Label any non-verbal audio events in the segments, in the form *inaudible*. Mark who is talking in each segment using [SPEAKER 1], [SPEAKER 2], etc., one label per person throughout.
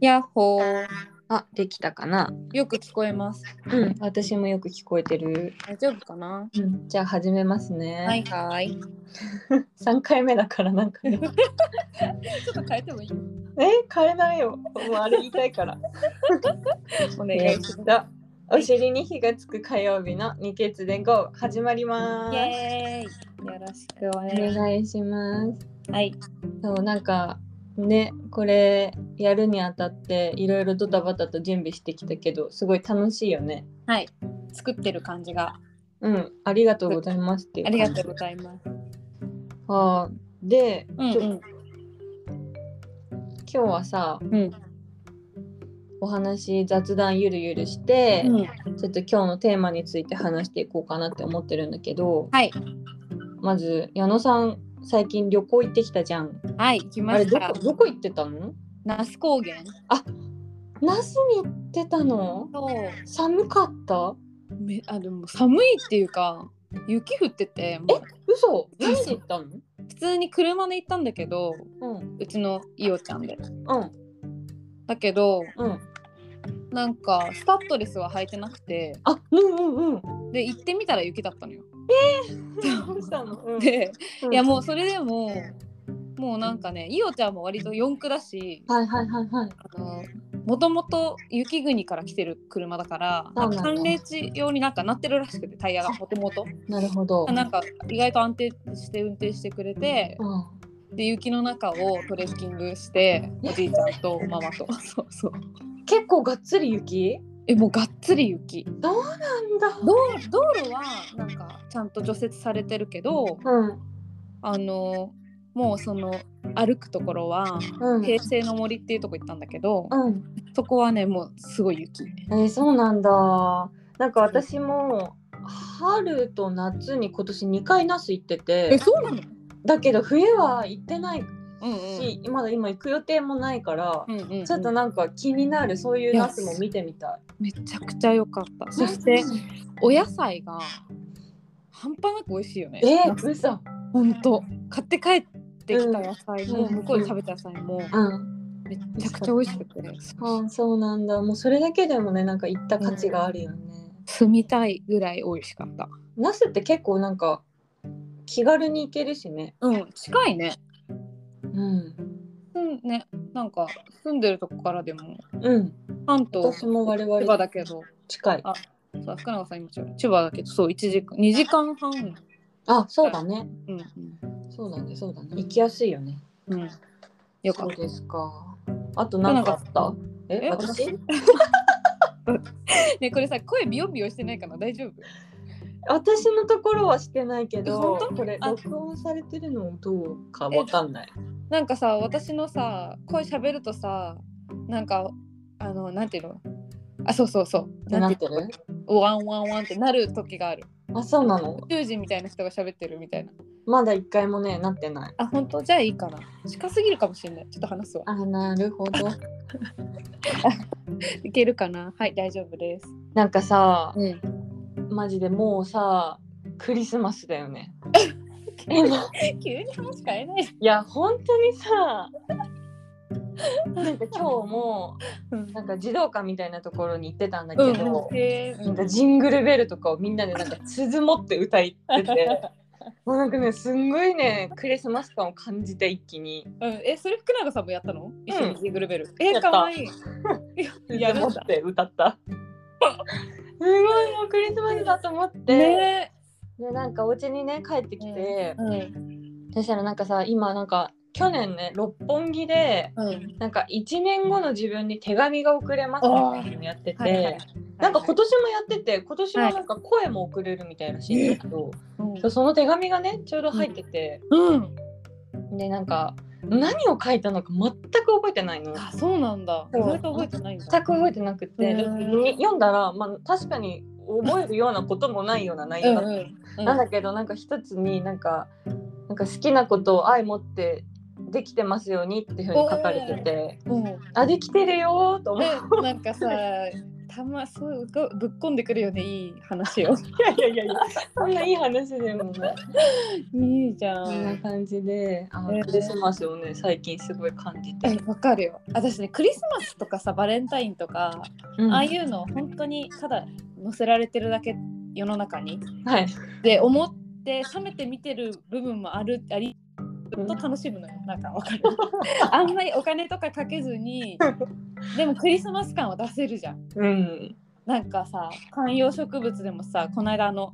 [SPEAKER 1] やっほー。あ、できたかな。
[SPEAKER 2] よく聞こえます。
[SPEAKER 1] うん、私もよく聞こえてる。
[SPEAKER 2] 大丈夫かな
[SPEAKER 1] じゃあ始めますね。
[SPEAKER 2] はいはい。
[SPEAKER 1] 3回目だからなんか、ね、
[SPEAKER 2] ちょっと変えてもいい
[SPEAKER 1] え、変えないよ。もうあれ言いたいから。
[SPEAKER 2] *laughs* お願い
[SPEAKER 1] え
[SPEAKER 2] し
[SPEAKER 1] ー
[SPEAKER 2] ます。
[SPEAKER 1] っと、お尻に火がつく火曜日の二血で GO 始まりま
[SPEAKER 2] イ
[SPEAKER 1] す。
[SPEAKER 2] エーイ。よろしくお願い
[SPEAKER 1] お
[SPEAKER 2] し
[SPEAKER 1] 願いします。
[SPEAKER 2] ます。はい。
[SPEAKER 1] そうなんかねこれやるにあたっていろいろドタバタと準備してきたけどすごい楽しいよね。
[SPEAKER 2] はい。作ってる感じが。
[SPEAKER 1] うんありがとうございますっていう
[SPEAKER 2] あ
[SPEAKER 1] 感
[SPEAKER 2] り
[SPEAKER 1] じ。
[SPEAKER 2] がとうございます。
[SPEAKER 1] あーで、
[SPEAKER 2] うん
[SPEAKER 1] ちょ
[SPEAKER 2] うん
[SPEAKER 1] 今日はさ
[SPEAKER 2] うん。
[SPEAKER 1] お話雑談ゆるゆるして、
[SPEAKER 2] うん
[SPEAKER 1] ちょっと今日のテーマについて話していこうかなって思ってるんだけど
[SPEAKER 2] はい。
[SPEAKER 1] まず矢野さん最近旅行行ってきたじゃん。
[SPEAKER 2] はい。行き
[SPEAKER 1] あ
[SPEAKER 2] ま
[SPEAKER 1] れ
[SPEAKER 2] し
[SPEAKER 1] ど
[SPEAKER 2] た
[SPEAKER 1] こ。どこ行ってたの
[SPEAKER 2] 那須高原。
[SPEAKER 1] 那須に行ってたの
[SPEAKER 2] そう。
[SPEAKER 1] 寒かった
[SPEAKER 2] めあでも寒いっていうか雪降っててもう
[SPEAKER 1] 嘘何で行ったの
[SPEAKER 2] 普通に車で行ったんだけど
[SPEAKER 1] うん
[SPEAKER 2] うちのいおちゃんで。
[SPEAKER 1] うん
[SPEAKER 2] だけど
[SPEAKER 1] うん
[SPEAKER 2] なんかスタッドレスは履いてなくて
[SPEAKER 1] あ、うんうんうん。
[SPEAKER 2] で行ってみたら雪だったのよ。
[SPEAKER 1] どうしたの？うん
[SPEAKER 2] で
[SPEAKER 1] うん
[SPEAKER 2] いやもうそれでももうなんかねいおちゃんも割と四駆だし
[SPEAKER 1] はいはいはいはい。
[SPEAKER 2] あのもともと雪国から来てる車だから
[SPEAKER 1] そうなんだ
[SPEAKER 2] 寒冷地用になんかなってるらしくてタイヤがもともと
[SPEAKER 1] なるほど。
[SPEAKER 2] なんか意外と安定して運転してくれて
[SPEAKER 1] うん。
[SPEAKER 2] で雪の中をトレッキングしておじいちゃんとママと *laughs* そうそう
[SPEAKER 1] 結構がっつり雪？
[SPEAKER 2] えもうがっつり雪
[SPEAKER 1] なんだ。
[SPEAKER 2] 道道路はなんかちゃんと除雪されてるけど
[SPEAKER 1] うん
[SPEAKER 2] あのもうその歩くところは
[SPEAKER 1] うん
[SPEAKER 2] 平成の森っていうとこ行ったんだけど、
[SPEAKER 1] うん。
[SPEAKER 2] そこはねもうすごい雪
[SPEAKER 1] えー、そうなんだ。なんか私も春と夏に今年2回那須行ってて、
[SPEAKER 2] そうなの
[SPEAKER 1] だけど冬は行ってない
[SPEAKER 2] うんうん
[SPEAKER 1] し、まだ今行く予定もないから。
[SPEAKER 2] うんうんうん
[SPEAKER 1] ちょっとなんか気になるそういうナスも見てみた
[SPEAKER 2] めちゃくちゃ良かった
[SPEAKER 1] い。
[SPEAKER 2] そしてお野菜が半端なく美味しいよね
[SPEAKER 1] えー、嘘。
[SPEAKER 2] ほんと買って帰ってきた野菜も、
[SPEAKER 1] うん
[SPEAKER 2] 向こうで食べた野菜も
[SPEAKER 1] うん。
[SPEAKER 2] めちゃくちゃ美味しくて
[SPEAKER 1] ああそうなんだもうそれだけでもねなんか行った価値があるよね、
[SPEAKER 2] 住みたいぐらい美味しかった
[SPEAKER 1] 那須って結構なんか気軽に行けるしね
[SPEAKER 2] うん近いね
[SPEAKER 1] うん
[SPEAKER 2] うんねなんか住んでるとこからでも
[SPEAKER 1] うん
[SPEAKER 2] 関東
[SPEAKER 1] 私も我
[SPEAKER 2] 千葉
[SPEAKER 1] 々
[SPEAKER 2] だけど
[SPEAKER 1] 近い
[SPEAKER 2] あそう福永さん今千葉だけどそう1時間2時間半
[SPEAKER 1] あそうだね
[SPEAKER 2] うんうん
[SPEAKER 1] そうだねそうだね行きやすいよね
[SPEAKER 2] うん。よか
[SPEAKER 1] そ
[SPEAKER 2] っ
[SPEAKER 1] う
[SPEAKER 2] た。
[SPEAKER 1] ですかあと何かあったえ
[SPEAKER 2] え
[SPEAKER 1] 私
[SPEAKER 2] 私 *laughs* ね、これさ、声ビヨビヨしてないかな、大丈夫。
[SPEAKER 1] 私のところはしてないけど
[SPEAKER 2] 本当
[SPEAKER 1] これ
[SPEAKER 2] あ
[SPEAKER 1] 録音されてるのどうかわかんない
[SPEAKER 2] なんかさ、私のさ、声喋るとさ、なんか、あの、なんていうの。あ、そうそうそう。
[SPEAKER 1] な
[SPEAKER 2] なん
[SPEAKER 1] ってて
[SPEAKER 2] いうの
[SPEAKER 1] る
[SPEAKER 2] ワンワンワンってなる時がある。
[SPEAKER 1] あそうなの
[SPEAKER 2] 宇宙人みたいな人が喋ってるみたいな。
[SPEAKER 1] まだ一回もねなってない
[SPEAKER 2] あ、本当じゃあいいかな。近すぎるかもしれない。ちょっと話すわ。
[SPEAKER 1] あなるほど
[SPEAKER 2] いけるかな。はい、大丈夫です。
[SPEAKER 1] なんかさ
[SPEAKER 2] うん。
[SPEAKER 1] マジでもうさクリスマスだよ *laughs* ね今
[SPEAKER 2] 急に話変えない。
[SPEAKER 1] いや本当に *laughs* さなんか今日も
[SPEAKER 2] うん。
[SPEAKER 1] なんか児童館みたいなところに行ってたんだけ
[SPEAKER 2] うん
[SPEAKER 1] ど、。
[SPEAKER 2] へー
[SPEAKER 1] なんかジングルベルとかをみんなでなんか鈴持って歌いって *laughs* てもうなんかねすんごいねクリスマス感を感じて一気に
[SPEAKER 2] *laughs* うん、え、それ福永さんもやったの一緒にジングルベル。
[SPEAKER 1] や
[SPEAKER 2] え、
[SPEAKER 1] った
[SPEAKER 2] かわいい。 *laughs*
[SPEAKER 1] 鈴持
[SPEAKER 2] ん
[SPEAKER 1] っ
[SPEAKER 2] だ
[SPEAKER 1] て歌ったすごいもうクリスマスだと思って、
[SPEAKER 2] ね
[SPEAKER 1] でなんかお家にね帰ってきて、
[SPEAKER 2] うん
[SPEAKER 1] そしたらなんかさ今なんか去年ね六本木で
[SPEAKER 2] うん
[SPEAKER 1] なんか1年後の自分に手紙が送れますみたいなのやってて、
[SPEAKER 2] はいはい
[SPEAKER 1] なんか今年もやってて今年はなんか声も送れるみたいらしいんだけど、
[SPEAKER 2] うん
[SPEAKER 1] そうその手紙がねちょうど入ってて、
[SPEAKER 2] うん
[SPEAKER 1] でなんか何を書いたのか全く覚えてないの
[SPEAKER 2] あそうなんだ
[SPEAKER 1] そう
[SPEAKER 2] 意外と覚えてないんだ
[SPEAKER 1] 全く覚えてなくて、
[SPEAKER 2] うん
[SPEAKER 1] でに読んだら、まあ、確かに覚えるようなこともないような内容
[SPEAKER 2] うん
[SPEAKER 1] だ
[SPEAKER 2] う
[SPEAKER 1] った、
[SPEAKER 2] んうん
[SPEAKER 1] なんだけどなんか一つになんかなんか好きなことを愛持ってできてますようにっていうふうに書かれてて、
[SPEAKER 2] うん
[SPEAKER 1] あできてるよーと思って
[SPEAKER 2] えなんかさたまそうぶっぶっこんでくるよねいい話
[SPEAKER 1] *laughs* い
[SPEAKER 2] を
[SPEAKER 1] やいやいや、そんないい話でもない。
[SPEAKER 2] いいじゃ
[SPEAKER 1] こんなん感じで、あの
[SPEAKER 2] えー
[SPEAKER 1] クリスマスをね、最近すごい感じ
[SPEAKER 2] え
[SPEAKER 1] て。
[SPEAKER 2] わかるよ私ねクリスマスとかさバレンタインとか、
[SPEAKER 1] うん
[SPEAKER 2] ああいうの本当にただ載せられてるだけ世の中に
[SPEAKER 1] はい。
[SPEAKER 2] で思って冷めて見てる部分もあるありちょっと楽しむのよなんかわかる *laughs* あんまりお金とかかけずにでもクリスマス感は出せるじゃん
[SPEAKER 1] うん。
[SPEAKER 2] なんかさ観葉植物でもさこの間あの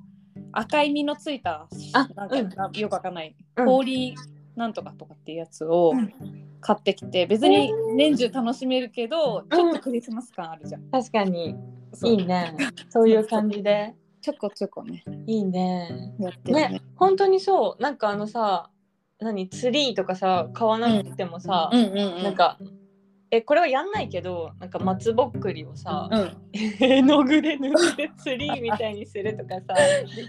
[SPEAKER 2] 赤い実のついた
[SPEAKER 1] あ
[SPEAKER 2] なんか、
[SPEAKER 1] うん
[SPEAKER 2] なよくわかんない、
[SPEAKER 1] うん
[SPEAKER 2] 氷なんとかとかっていうやつを
[SPEAKER 1] うん
[SPEAKER 2] 買ってきて別に年中楽しめるけど、ちょっとクリスマス感あるじゃん、
[SPEAKER 1] 確かに。
[SPEAKER 2] そう
[SPEAKER 1] いいね。そういう感じで。
[SPEAKER 2] ちょこちょこね
[SPEAKER 1] いいね。
[SPEAKER 2] やってるね
[SPEAKER 1] ね、本当にそう、なんかあのさ。何ツリーとかさ買わなくてもさ、
[SPEAKER 2] うんうんうん
[SPEAKER 1] なんかえこれはやんないけどなんか松ぼっくりをさ、
[SPEAKER 2] うん
[SPEAKER 1] 絵の具で塗ってツリーみたいにするとか
[SPEAKER 2] *laughs*
[SPEAKER 1] さ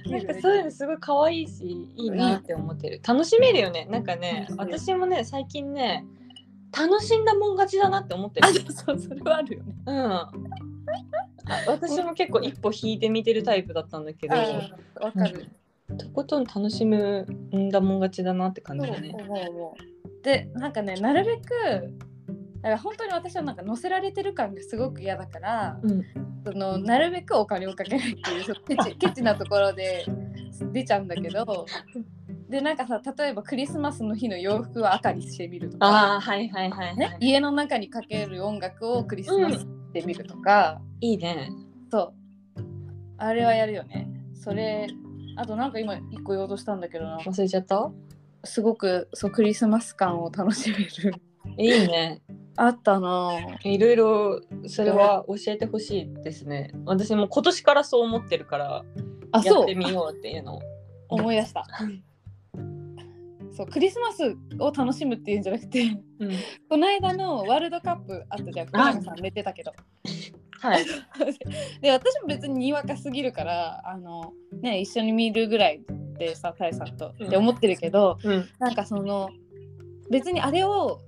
[SPEAKER 1] なんかそういうのすごい可愛いしいいなって思ってる楽しめるよねなんかね
[SPEAKER 2] うん
[SPEAKER 1] 私もね最近ね楽しんだもん勝ちだなって思ってる
[SPEAKER 2] あそうそれはあるよね
[SPEAKER 1] うんあ私も結構一歩引いて見てるタイプだったんだけど
[SPEAKER 2] うんわかる、
[SPEAKER 1] とことん楽しむんだもん勝ちだなって感じ
[SPEAKER 2] そう
[SPEAKER 1] だね
[SPEAKER 2] 思う思うでなんかねなるべくだから本当に私はなんか乗せられてる感がすごく嫌だから、
[SPEAKER 1] うん
[SPEAKER 2] そのなるべくお金をかけないっていうちょっと *laughs* ケチケチなところで出ちゃうんだけどでなんかさ例えばクリスマスの日の洋服は赤にしてみるとか、
[SPEAKER 1] ああはいはいはい、はい
[SPEAKER 2] ね、家の中にかける音楽をクリスマスで見るとか、
[SPEAKER 1] いいね
[SPEAKER 2] そうあれはやるよねそれあとなんか今一個言おうとしたんだけどな
[SPEAKER 1] 忘れちゃった
[SPEAKER 2] すごくそうクリスマス感を楽しめる
[SPEAKER 1] いいね
[SPEAKER 2] あったない
[SPEAKER 1] ろいろそれは教えてほしいですね私も今年からそう思ってるから
[SPEAKER 2] あ
[SPEAKER 1] や
[SPEAKER 2] そ
[SPEAKER 1] っ
[SPEAKER 2] う
[SPEAKER 1] てみようっていうのを
[SPEAKER 2] 思い出したそうクリスマスを楽しむっていうんじゃなくて
[SPEAKER 1] うん
[SPEAKER 2] この間のワールドカップあったじゃん、福山さん寝てたけど。
[SPEAKER 1] はい
[SPEAKER 2] で、私も別ににわかすぎるから、あの、ね、一緒に見るぐらいでさ、タイさんと、
[SPEAKER 1] うん
[SPEAKER 2] って思ってるけど、
[SPEAKER 1] うん
[SPEAKER 2] なんかその、別にあれを、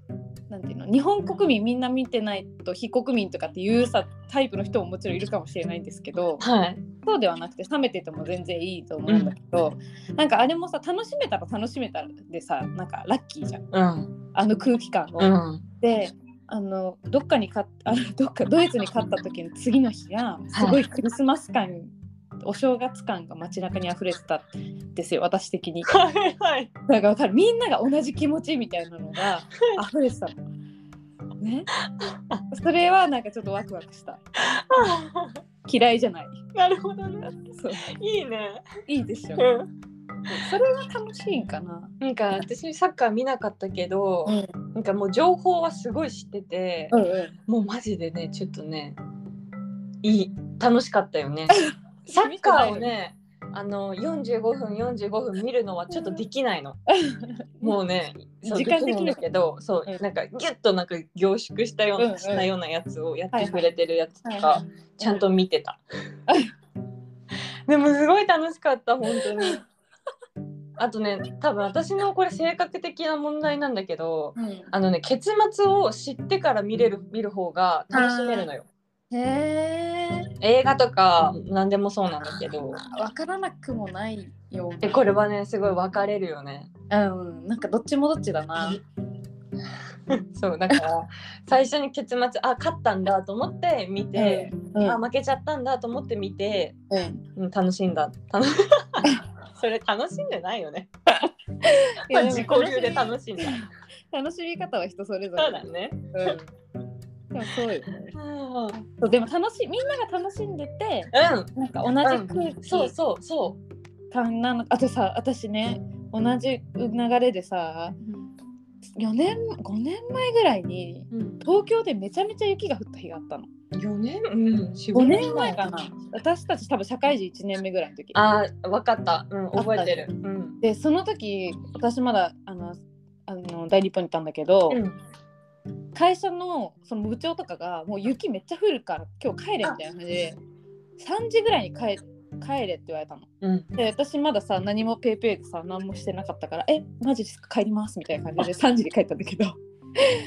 [SPEAKER 2] なんていうの、日本国民みんな見てないと、非国民とかっていうさ、タイプの人ももちろんいるかもしれないんですけど、
[SPEAKER 1] はい
[SPEAKER 2] そうではなくて、冷めてても全然いいと思うんだけど、なんかあれもさ、楽しめたら楽しめたらでさ、なんかラッキーじゃん、
[SPEAKER 1] うん
[SPEAKER 2] あの空気感を。
[SPEAKER 1] うん
[SPEAKER 2] であのどっかに勝っあのどっかドイツに勝った時の次の日がすごいクリスマス感、お正月感が街中に溢れてたんですよ私的に。
[SPEAKER 1] はいはい *laughs*
[SPEAKER 2] なんかわかるみんなが同じ気持ちみたいなのが溢れてたの。ね、それはなんかちょっとワクワクした嫌いじゃない
[SPEAKER 1] なるほどね
[SPEAKER 2] そう
[SPEAKER 1] いいね
[SPEAKER 2] いいでしょ
[SPEAKER 1] うん
[SPEAKER 2] それは楽しいんかな
[SPEAKER 1] なんか私サッカー見なかったけど、
[SPEAKER 2] うん
[SPEAKER 1] なんかもう情報はすごい知ってて、
[SPEAKER 2] んうん
[SPEAKER 1] もうマジでねちょっとねいい楽しかった
[SPEAKER 2] *laughs*
[SPEAKER 1] よねサッカーをねあの45分45分見るのはちょっとできない
[SPEAKER 2] *laughs*
[SPEAKER 1] のもうねそう
[SPEAKER 2] 時間
[SPEAKER 1] で
[SPEAKER 2] 的に
[SPEAKER 1] きないんだけどそう、
[SPEAKER 2] うん
[SPEAKER 1] なんかギュッとなんか凝縮したような,、
[SPEAKER 2] うんうん
[SPEAKER 1] したようなやつをやっ
[SPEAKER 2] はい
[SPEAKER 1] て
[SPEAKER 2] はい
[SPEAKER 1] くれてるやつとか、
[SPEAKER 2] はいはい
[SPEAKER 1] ちゃんと見てた *laughs* でもすごい楽しかった本当にあとね多分私のこれ性格的な問題なんだけど
[SPEAKER 2] う
[SPEAKER 1] あのね結末を知ってから見れる見る方が楽しめるのよ
[SPEAKER 2] ん、へえ
[SPEAKER 1] 映画とか何でもそうなんだけど
[SPEAKER 2] 分からなくもないよう
[SPEAKER 1] で
[SPEAKER 2] な
[SPEAKER 1] これはねすごい分かれるよね
[SPEAKER 2] うん、なんかどっちもどっちだな。
[SPEAKER 1] そうだから
[SPEAKER 2] *laughs*
[SPEAKER 1] 最初に結末あ勝ったんだと思って見て、
[SPEAKER 2] うん、
[SPEAKER 1] あ負けちゃったんだと思って見て、
[SPEAKER 2] うん
[SPEAKER 1] うん、楽しんだ
[SPEAKER 2] *laughs*
[SPEAKER 1] 楽 *laughs* それ楽しんでないよね
[SPEAKER 2] いやでも
[SPEAKER 1] 自己流で楽しんだ
[SPEAKER 2] 楽しみ方は人それぞれ。
[SPEAKER 1] そうだね
[SPEAKER 2] うんでもそうよね。
[SPEAKER 1] うん、
[SPEAKER 2] そうでも楽しいみんなが楽しんでて、なんか同じ空気
[SPEAKER 1] そうそうそ
[SPEAKER 2] 感なの。あとさ、私ね、同じ流れでさ、4年5年前ぐらいに
[SPEAKER 1] う、うん、
[SPEAKER 2] 東京でめちゃめちゃ雪が降った日があったの。
[SPEAKER 1] 4年うん四
[SPEAKER 2] 5年前かな。私たち多分社会人1年目ぐらいの時。
[SPEAKER 1] あーわかった、うん、覚えてるうん、
[SPEAKER 2] でその時私まだあのあの大日本にいたんだけど。
[SPEAKER 1] うん、
[SPEAKER 2] 会社のその部長とかがもう雪めっちゃ降るから今日帰れみたいな感じで3時ぐらいに帰帰れって言われたの。
[SPEAKER 1] うん
[SPEAKER 2] で私まださ何もペイペイでさ何もしてなかったから「えマジですか帰ります」みたいな感じで3時に帰ったんだけど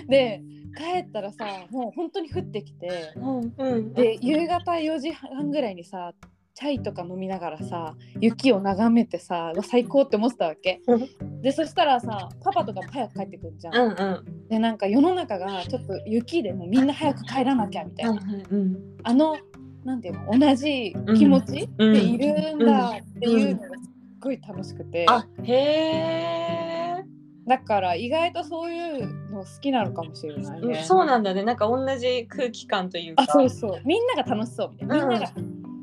[SPEAKER 2] で帰ったらさもう本当に降ってきて
[SPEAKER 1] うんうん
[SPEAKER 2] で夕方4時半ぐらいにさチャイとか飲みながらさ雪を眺めてさ最高って思ってたわけ
[SPEAKER 1] うん
[SPEAKER 2] でそしたらさパパとかも早く帰ってくるじゃん、
[SPEAKER 1] うんうん
[SPEAKER 2] でなんか世の中がちょっと雪でもうみんな早く帰らなきゃみたいな、
[SPEAKER 1] うん
[SPEAKER 2] あのなんていうの同じ気持ちでいるんだっていうのがすっごい楽しくて、
[SPEAKER 1] あへえ、
[SPEAKER 2] だから意外とそういうの好きなのかもしれないね。
[SPEAKER 1] そうなんだねなんか同じ空気感というか
[SPEAKER 2] あそうそうみんなが楽しそうみたいなみ
[SPEAKER 1] うんん
[SPEAKER 2] なが、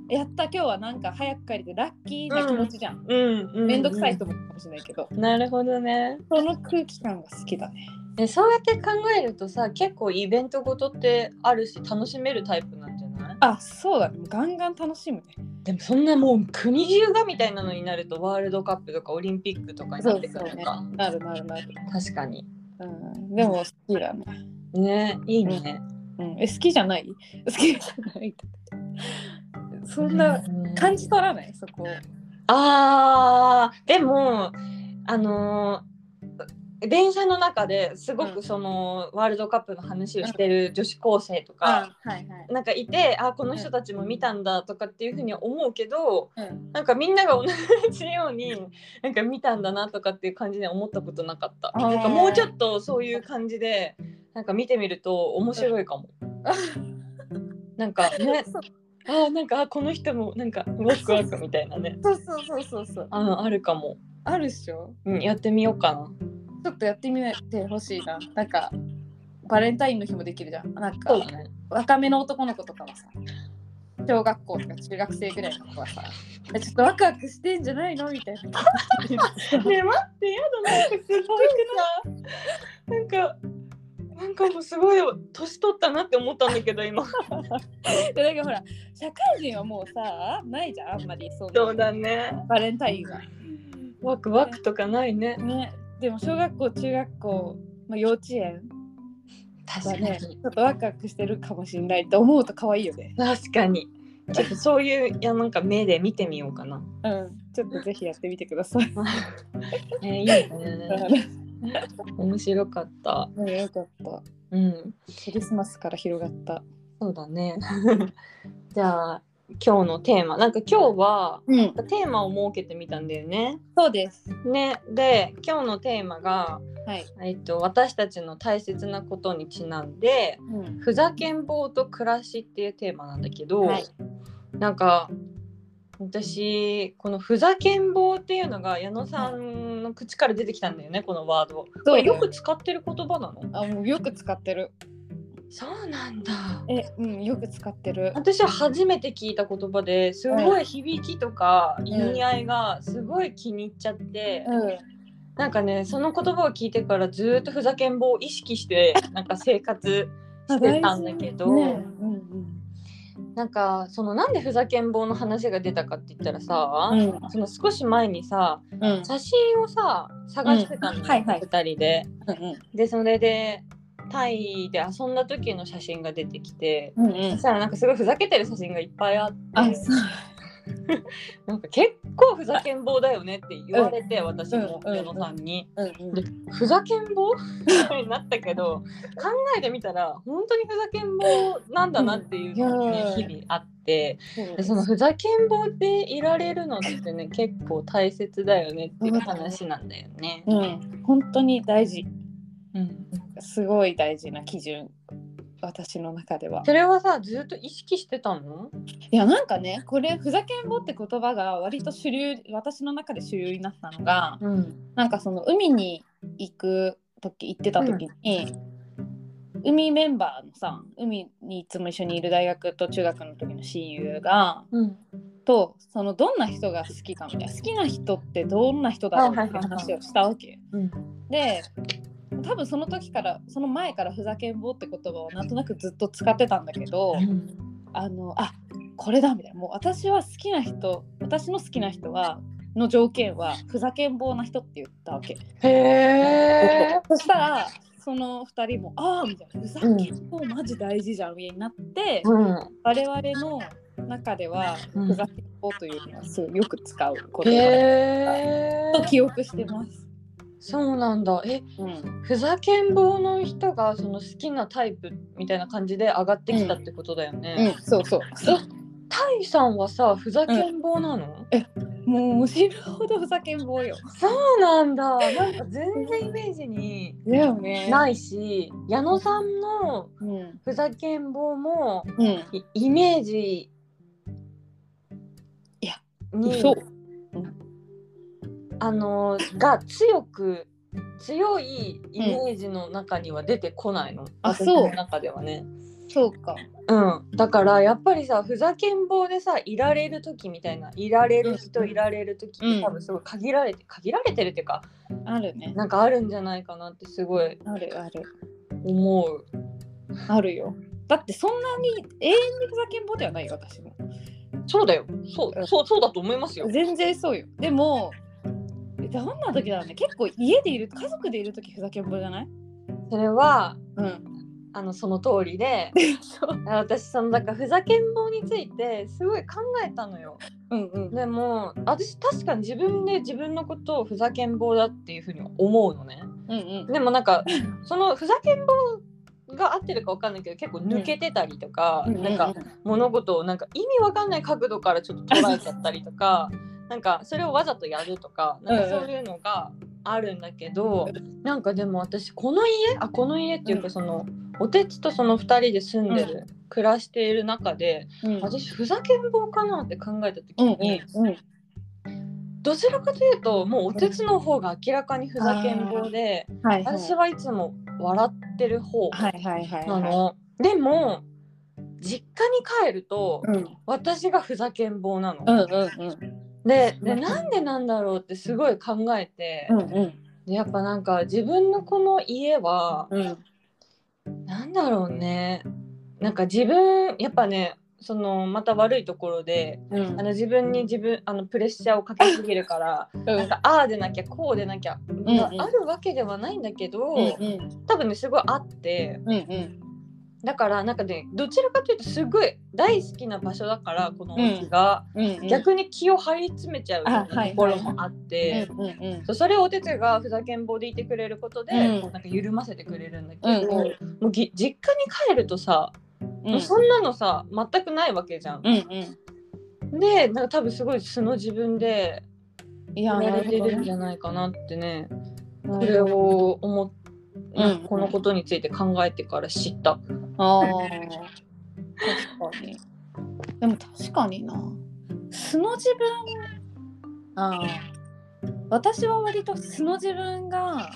[SPEAKER 2] やった今日はなんか早く帰れてラッキーな気持ちじゃん、
[SPEAKER 1] うんうんうん
[SPEAKER 2] めんどくさい人もいるかもしれないけど、
[SPEAKER 1] なるほどね
[SPEAKER 2] その空気感が好きだね
[SPEAKER 1] えそうやって考えるとさ結構イベントごとってあるし楽しめるタイプなんじゃない
[SPEAKER 2] あそうだねガンガン楽しむね
[SPEAKER 1] でもそんなもう国中がみたいなのになるとワールドカップとかオリンピックとかになってくるのか、
[SPEAKER 2] なるなるなる、
[SPEAKER 1] 確かに
[SPEAKER 2] うん、でも好きだね、
[SPEAKER 1] ねいいね、
[SPEAKER 2] うん、え好きじゃない好きじゃないそんな
[SPEAKER 1] うん
[SPEAKER 2] 感じ取らないそこ
[SPEAKER 1] あーでもあのー電車の中ですご
[SPEAKER 2] うん
[SPEAKER 1] くその、ワールドカップの話をしてる女子高生とか、
[SPEAKER 2] はいはい
[SPEAKER 1] なんかいてあこの人たちも見たんだとかっていうふうに思うけど
[SPEAKER 2] うん、
[SPEAKER 1] なんかみんなが同じようになんか見たんだなとかっていう感じで思ったことなかった
[SPEAKER 2] あー
[SPEAKER 1] なんかもうちょっとそういう感じでなんか見てみると面白いかも。なんかね
[SPEAKER 2] *laughs* そう
[SPEAKER 1] あーなんかあこの人もなんかワクワクみたいなね
[SPEAKER 2] そうそうそうそう
[SPEAKER 1] あのあるかも、
[SPEAKER 2] あるっしょ
[SPEAKER 1] うん、やってみようかな
[SPEAKER 2] ちょっとやってみてほしいな。なんか、バレンタインの日もできるじゃん。なんか、
[SPEAKER 1] そうだね
[SPEAKER 2] 若めの男の子とかはさ、小学校とか中学生ぐらいの子はさ、えちょっとワクワクしてんじゃないのみたいな。
[SPEAKER 1] ね待ってやだなんかすごいさなんかなんかもうすごい年取ったなって思ったんだけど *laughs* 今
[SPEAKER 2] で、なんかほら、社会人はもうさ、ないじゃん、あんまり。そう
[SPEAKER 1] そうだね
[SPEAKER 2] バレンタインは。
[SPEAKER 1] ワクワクとかないね
[SPEAKER 2] ね、でも小学校、中学校、まあ、幼稚園
[SPEAKER 1] 確
[SPEAKER 2] はね、ちょっとワクワクしてるかもしれないって思うと可愛いよね。
[SPEAKER 1] 確かにちょっとそういういやなんか目で見てみようかな、
[SPEAKER 2] うん、ちょっとぜひやってみてくださ *laughs* い。
[SPEAKER 1] えー、いいね面白かった
[SPEAKER 2] うんよかった。
[SPEAKER 1] うん
[SPEAKER 2] クリスマスから広がった。
[SPEAKER 1] そうだね *laughs* じゃあ今日のテーマなんか今日は
[SPEAKER 2] うん、
[SPEAKER 1] テーマを設けてみたんだよね
[SPEAKER 2] そうです。
[SPEAKER 1] ね、で今日のテーマが、
[SPEAKER 2] はい。
[SPEAKER 1] えっと、私たちの大切なことにちなんで「
[SPEAKER 2] う
[SPEAKER 1] ふざけん坊と暮らし」っていうテーマなんだけど、
[SPEAKER 2] はい
[SPEAKER 1] なんか私この「ふざけん坊」っていうのが矢野さんの口から出てきたんだよねこのワード。これよく使ってる言葉なの
[SPEAKER 2] あ、もうよく使ってる。
[SPEAKER 1] そうなんだ。
[SPEAKER 2] え、うん、よく使ってる。
[SPEAKER 1] 私は初めて聞いた言葉ですごい響きとか意味合いがすごい気に入っちゃって。
[SPEAKER 2] うん。
[SPEAKER 1] なんかねその言葉を聞いてからずーっとふざけん坊を意識
[SPEAKER 2] *laughs*
[SPEAKER 1] してなんか生活してたんだけど、
[SPEAKER 2] ね、うんうん。
[SPEAKER 1] なんかそのなんでふざけん坊の話が出たかって言ったらさ、
[SPEAKER 2] うん。
[SPEAKER 1] その少し前にさ
[SPEAKER 2] うん。
[SPEAKER 1] 写真をさ探してたの、
[SPEAKER 2] うん
[SPEAKER 1] だ
[SPEAKER 2] はいはい
[SPEAKER 1] 2人で。
[SPEAKER 2] うん。
[SPEAKER 1] でそれでタイで遊んだ時の写真が出てきて。
[SPEAKER 2] うん。う
[SPEAKER 1] そ
[SPEAKER 2] ん
[SPEAKER 1] し。たらなんかすごいふざけてる写真がいっぱいあって
[SPEAKER 2] あ、そう。
[SPEAKER 1] なんか結構ふざけん坊だよねって言われて、私も
[SPEAKER 2] うんうん
[SPEAKER 1] 上野さんに、
[SPEAKER 2] うん。うん。
[SPEAKER 1] ふざけん坊みたいになったけど考えてみたら本当にふざけん坊なんだなっていうのが、ね
[SPEAKER 2] うん
[SPEAKER 1] 日々あって
[SPEAKER 2] そう
[SPEAKER 1] でそのふざけん坊でいられるのってね結構大切だよねっていう話なんだよね。
[SPEAKER 2] うん。本当に大事。
[SPEAKER 1] うん、
[SPEAKER 2] すごい大事な基準。私の中では。
[SPEAKER 1] それはさずっと意識してたの
[SPEAKER 2] いや、なんかね、これふざけんぼって言葉が割と主流、私の中で主流になったのが。
[SPEAKER 1] うん
[SPEAKER 2] なんかその海に行く時行ってた時に、海メンバーのさ海にいつも一緒にいる大学と中学の時の親友が
[SPEAKER 1] うん
[SPEAKER 2] とそのどんな人が好きかみたいな好きな人ってどんな人だろうっていう話をしたわけ。
[SPEAKER 1] うん
[SPEAKER 2] で多分その時からその前からふざけん坊って言葉をなんとなくずっと使ってたんだけどあのあこれだみたいなもう私は好きな人私の好きな人はの条件はふざけん坊な人って言ったわけ。
[SPEAKER 1] へえ
[SPEAKER 2] そしたらその2人も「ああ」みたいな「ふざけん坊マジ大事じゃん」みたいになって、
[SPEAKER 1] うん
[SPEAKER 2] 我々の中では「
[SPEAKER 1] うん
[SPEAKER 2] ふざけん坊」というのはすごいよく使う言
[SPEAKER 1] へ
[SPEAKER 2] 葉だ
[SPEAKER 1] え
[SPEAKER 2] と記憶してます。
[SPEAKER 1] そうなんだえ
[SPEAKER 2] うん、
[SPEAKER 1] ふざけん坊の人がその好きなタイプみたいな感じで上がってきたってことだよね。
[SPEAKER 2] うん、そうそうそう
[SPEAKER 1] タイさんはさふざけん坊なの、
[SPEAKER 2] もう死ぬほどふざけん坊よ
[SPEAKER 1] そうなんだなんか全然イメージに
[SPEAKER 2] だよねな
[SPEAKER 1] ないし矢野さんの
[SPEAKER 2] うん
[SPEAKER 1] ふざけん坊も
[SPEAKER 2] うん
[SPEAKER 1] いイメージ
[SPEAKER 2] いや
[SPEAKER 1] に
[SPEAKER 2] 嘘
[SPEAKER 1] あのが強く強いイメージの中には出てこないの、
[SPEAKER 2] あ
[SPEAKER 1] 私
[SPEAKER 2] そう
[SPEAKER 1] の中ではね。
[SPEAKER 2] そうか
[SPEAKER 1] うん、だからやっぱりさふざけん坊でさいられる時みたいないられる人
[SPEAKER 2] うん
[SPEAKER 1] いられる時っ
[SPEAKER 2] うん
[SPEAKER 1] て多分すごい限られて限られてるっていうか
[SPEAKER 2] あるね
[SPEAKER 1] なんかあるんじゃないかなってすごい
[SPEAKER 2] あるある
[SPEAKER 1] 思う。
[SPEAKER 2] あるよだってそんなに永遠にふざけん坊ではないよ私も
[SPEAKER 1] そうだよそううんそうそうだと思いますよ。
[SPEAKER 2] 全然そうよでもえどんな時だろうね結構家でいる家族でいる時ふざけん坊じゃない
[SPEAKER 1] それは
[SPEAKER 2] うん
[SPEAKER 1] あのその通りで
[SPEAKER 2] *laughs* そう
[SPEAKER 1] 私そのだからふざけん坊についてすごい考えたのよ。
[SPEAKER 2] うんうん
[SPEAKER 1] でも私確かに自分で自分のことをふざけん坊だっていうふうに思うのね。
[SPEAKER 2] うんうん
[SPEAKER 1] でもなん *laughs* かそのふざけん坊が合ってるかわかんないけど結構抜けてたりとか、なんか物事をなんか意味わかんない角度からちょっと捉えちゃったりとかなんかそれをわざとやるとかなんかそういうのがあるんだけど、なんかでも私この家あこの家っていう
[SPEAKER 2] う
[SPEAKER 1] か
[SPEAKER 2] ん
[SPEAKER 1] その、おてつとその2人で住んでる、暮らしている中で
[SPEAKER 2] うんうん
[SPEAKER 1] 私ふざけん坊かなって考えた時
[SPEAKER 2] うん
[SPEAKER 1] に、
[SPEAKER 2] うんうん
[SPEAKER 1] どちらかというともうおてつの方が明らかにふざけん坊で、
[SPEAKER 2] はいはい
[SPEAKER 1] 私はいつも笑ってる方
[SPEAKER 2] は
[SPEAKER 1] ない
[SPEAKER 2] はいはい
[SPEAKER 1] の。
[SPEAKER 2] は
[SPEAKER 1] でも実家に帰ると、
[SPEAKER 2] いうん
[SPEAKER 1] 私がふざけん坊なの。
[SPEAKER 2] うんうん
[SPEAKER 1] で
[SPEAKER 2] う
[SPEAKER 1] で
[SPEAKER 2] ん
[SPEAKER 1] なんでなんだろうってすごい考えて、
[SPEAKER 2] うんうん
[SPEAKER 1] でやっぱなんか自分のこの家は
[SPEAKER 2] うん
[SPEAKER 1] なんだろうねなんか自分やっぱねそのまた悪いところで
[SPEAKER 2] う
[SPEAKER 1] あ
[SPEAKER 2] ん
[SPEAKER 1] の自分に自分あのプレッシャーをかけすぎるからなんかああでなきゃこうでなきゃ、まあ
[SPEAKER 2] うん
[SPEAKER 1] あるわけではないんだけど、
[SPEAKER 2] うん
[SPEAKER 1] 多分ねすごいあって
[SPEAKER 2] うんうん
[SPEAKER 1] だからなんかねどちらかというとすごい大好きな場所だからこのお家が。
[SPEAKER 2] うん
[SPEAKER 1] 逆に気を張り詰めちゃうよう
[SPEAKER 2] あは
[SPEAKER 1] ないところもあって、
[SPEAKER 2] うんうん
[SPEAKER 1] そうそれをおてつがふざけん坊でいてくれることで、
[SPEAKER 2] うん
[SPEAKER 1] なんか緩ませてくれるんだけ
[SPEAKER 2] うん
[SPEAKER 1] ど、もうぎ実家に帰るとさ、
[SPEAKER 2] う
[SPEAKER 1] もうんそんなのさ全くないわけじゃん。
[SPEAKER 2] うんうん
[SPEAKER 1] でなんか多分すごい素の自分で
[SPEAKER 2] い
[SPEAKER 1] や
[SPEAKER 2] や
[SPEAKER 1] られてるんじゃないかなってねそれを思っ
[SPEAKER 2] うん
[SPEAKER 1] このことについて考えてから知った。
[SPEAKER 2] あー確かにでも確かにな素の自分あー私は割と素の自分が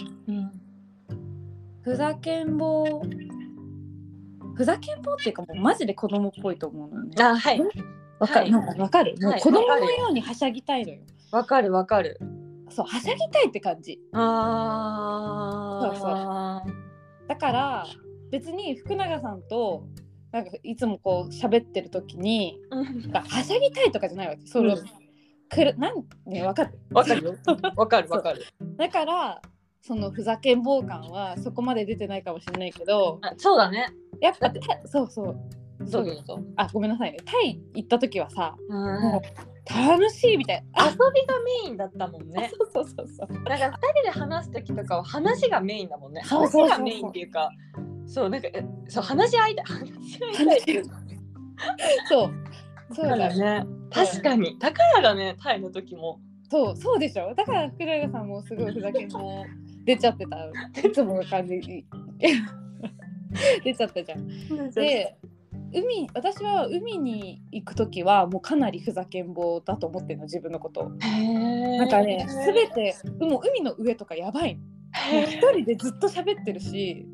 [SPEAKER 2] ふざけん坊ふざけん坊っていうかもうマジで子供っぽいと思うのよね
[SPEAKER 1] あはい
[SPEAKER 2] わか
[SPEAKER 1] はい
[SPEAKER 2] る、なんかわかる、もう
[SPEAKER 1] はい
[SPEAKER 2] 子供
[SPEAKER 1] わか
[SPEAKER 2] の
[SPEAKER 1] る
[SPEAKER 2] ようにはしゃぎたいのよ。
[SPEAKER 1] わかるわかる。
[SPEAKER 2] そう、はしゃぎたいって感じ。
[SPEAKER 1] ああ
[SPEAKER 2] だから、別に福永さんと、なんかいつもこう喋ってる時に、なんかはしゃぎたいとかじゃないわけ。その、
[SPEAKER 1] うん
[SPEAKER 2] くる、なん、ね、わかる。
[SPEAKER 1] わかるよ。わかるわかる。
[SPEAKER 2] だから、そのふざけん坊感はそこまで出てないかもしれないけど、
[SPEAKER 1] あそうだね。
[SPEAKER 2] やっ
[SPEAKER 1] だ *laughs*
[SPEAKER 2] ぱ、
[SPEAKER 1] った
[SPEAKER 2] そうそう。
[SPEAKER 1] そうそうそう。
[SPEAKER 2] あ、ごめんなさいね。タイ行った時はさ、
[SPEAKER 1] うん
[SPEAKER 2] もう楽しいみたいな。 *laughs*
[SPEAKER 1] 遊
[SPEAKER 2] あ、
[SPEAKER 1] びがメインだったもんね。
[SPEAKER 2] そうそうそうそう。
[SPEAKER 1] なんか二人で話す時とかは話がメインだもんね。
[SPEAKER 2] そう
[SPEAKER 1] 話
[SPEAKER 2] そうそう
[SPEAKER 1] がメインっていうか、そうなんかえそう話し合いたい話し合いたいっていうか
[SPEAKER 2] そう。そう
[SPEAKER 1] だ
[SPEAKER 2] だ
[SPEAKER 1] か
[SPEAKER 2] よ
[SPEAKER 1] らね。確かにだからだねタイの時も
[SPEAKER 2] そうそうでしょだから福永さんもすごいふざけん坊出ちゃってたい *laughs* つもの感じ出ちゃったじゃん。で海私は海に行く時はもうかなりふざけん坊だと思ってるの自分のことを
[SPEAKER 1] な
[SPEAKER 2] なんかね全てもう海の上とかやばいのもう一人でずっと喋ってるし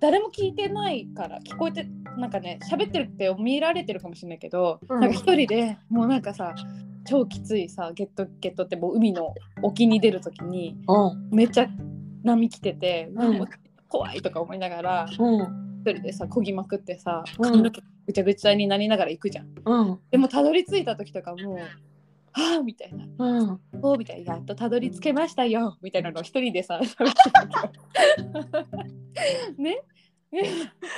[SPEAKER 2] 誰も聞いてないから聞こえてなんかね喋ってるって見られてるかもしれないけど、
[SPEAKER 1] うん
[SPEAKER 2] なんか一人でもうなんかさ超きついさゲットゲットってもう海の沖に出る時に
[SPEAKER 1] うん
[SPEAKER 2] めっちゃ波来てて、
[SPEAKER 1] うん
[SPEAKER 2] 怖いとか思いながら
[SPEAKER 1] うん
[SPEAKER 2] 一人でさ漕ぎまくってさ
[SPEAKER 1] うん
[SPEAKER 2] 髪の毛ぐちゃぐちゃになりながら行くじゃん。
[SPEAKER 1] うん
[SPEAKER 2] でもたどり着いた時とかもう「はあ」みたいな
[SPEAKER 1] うん
[SPEAKER 2] 「おう」みたいな「やっとたどり着けましたよ」みたいなのを一人でさ喋ってたけど *laughs* ね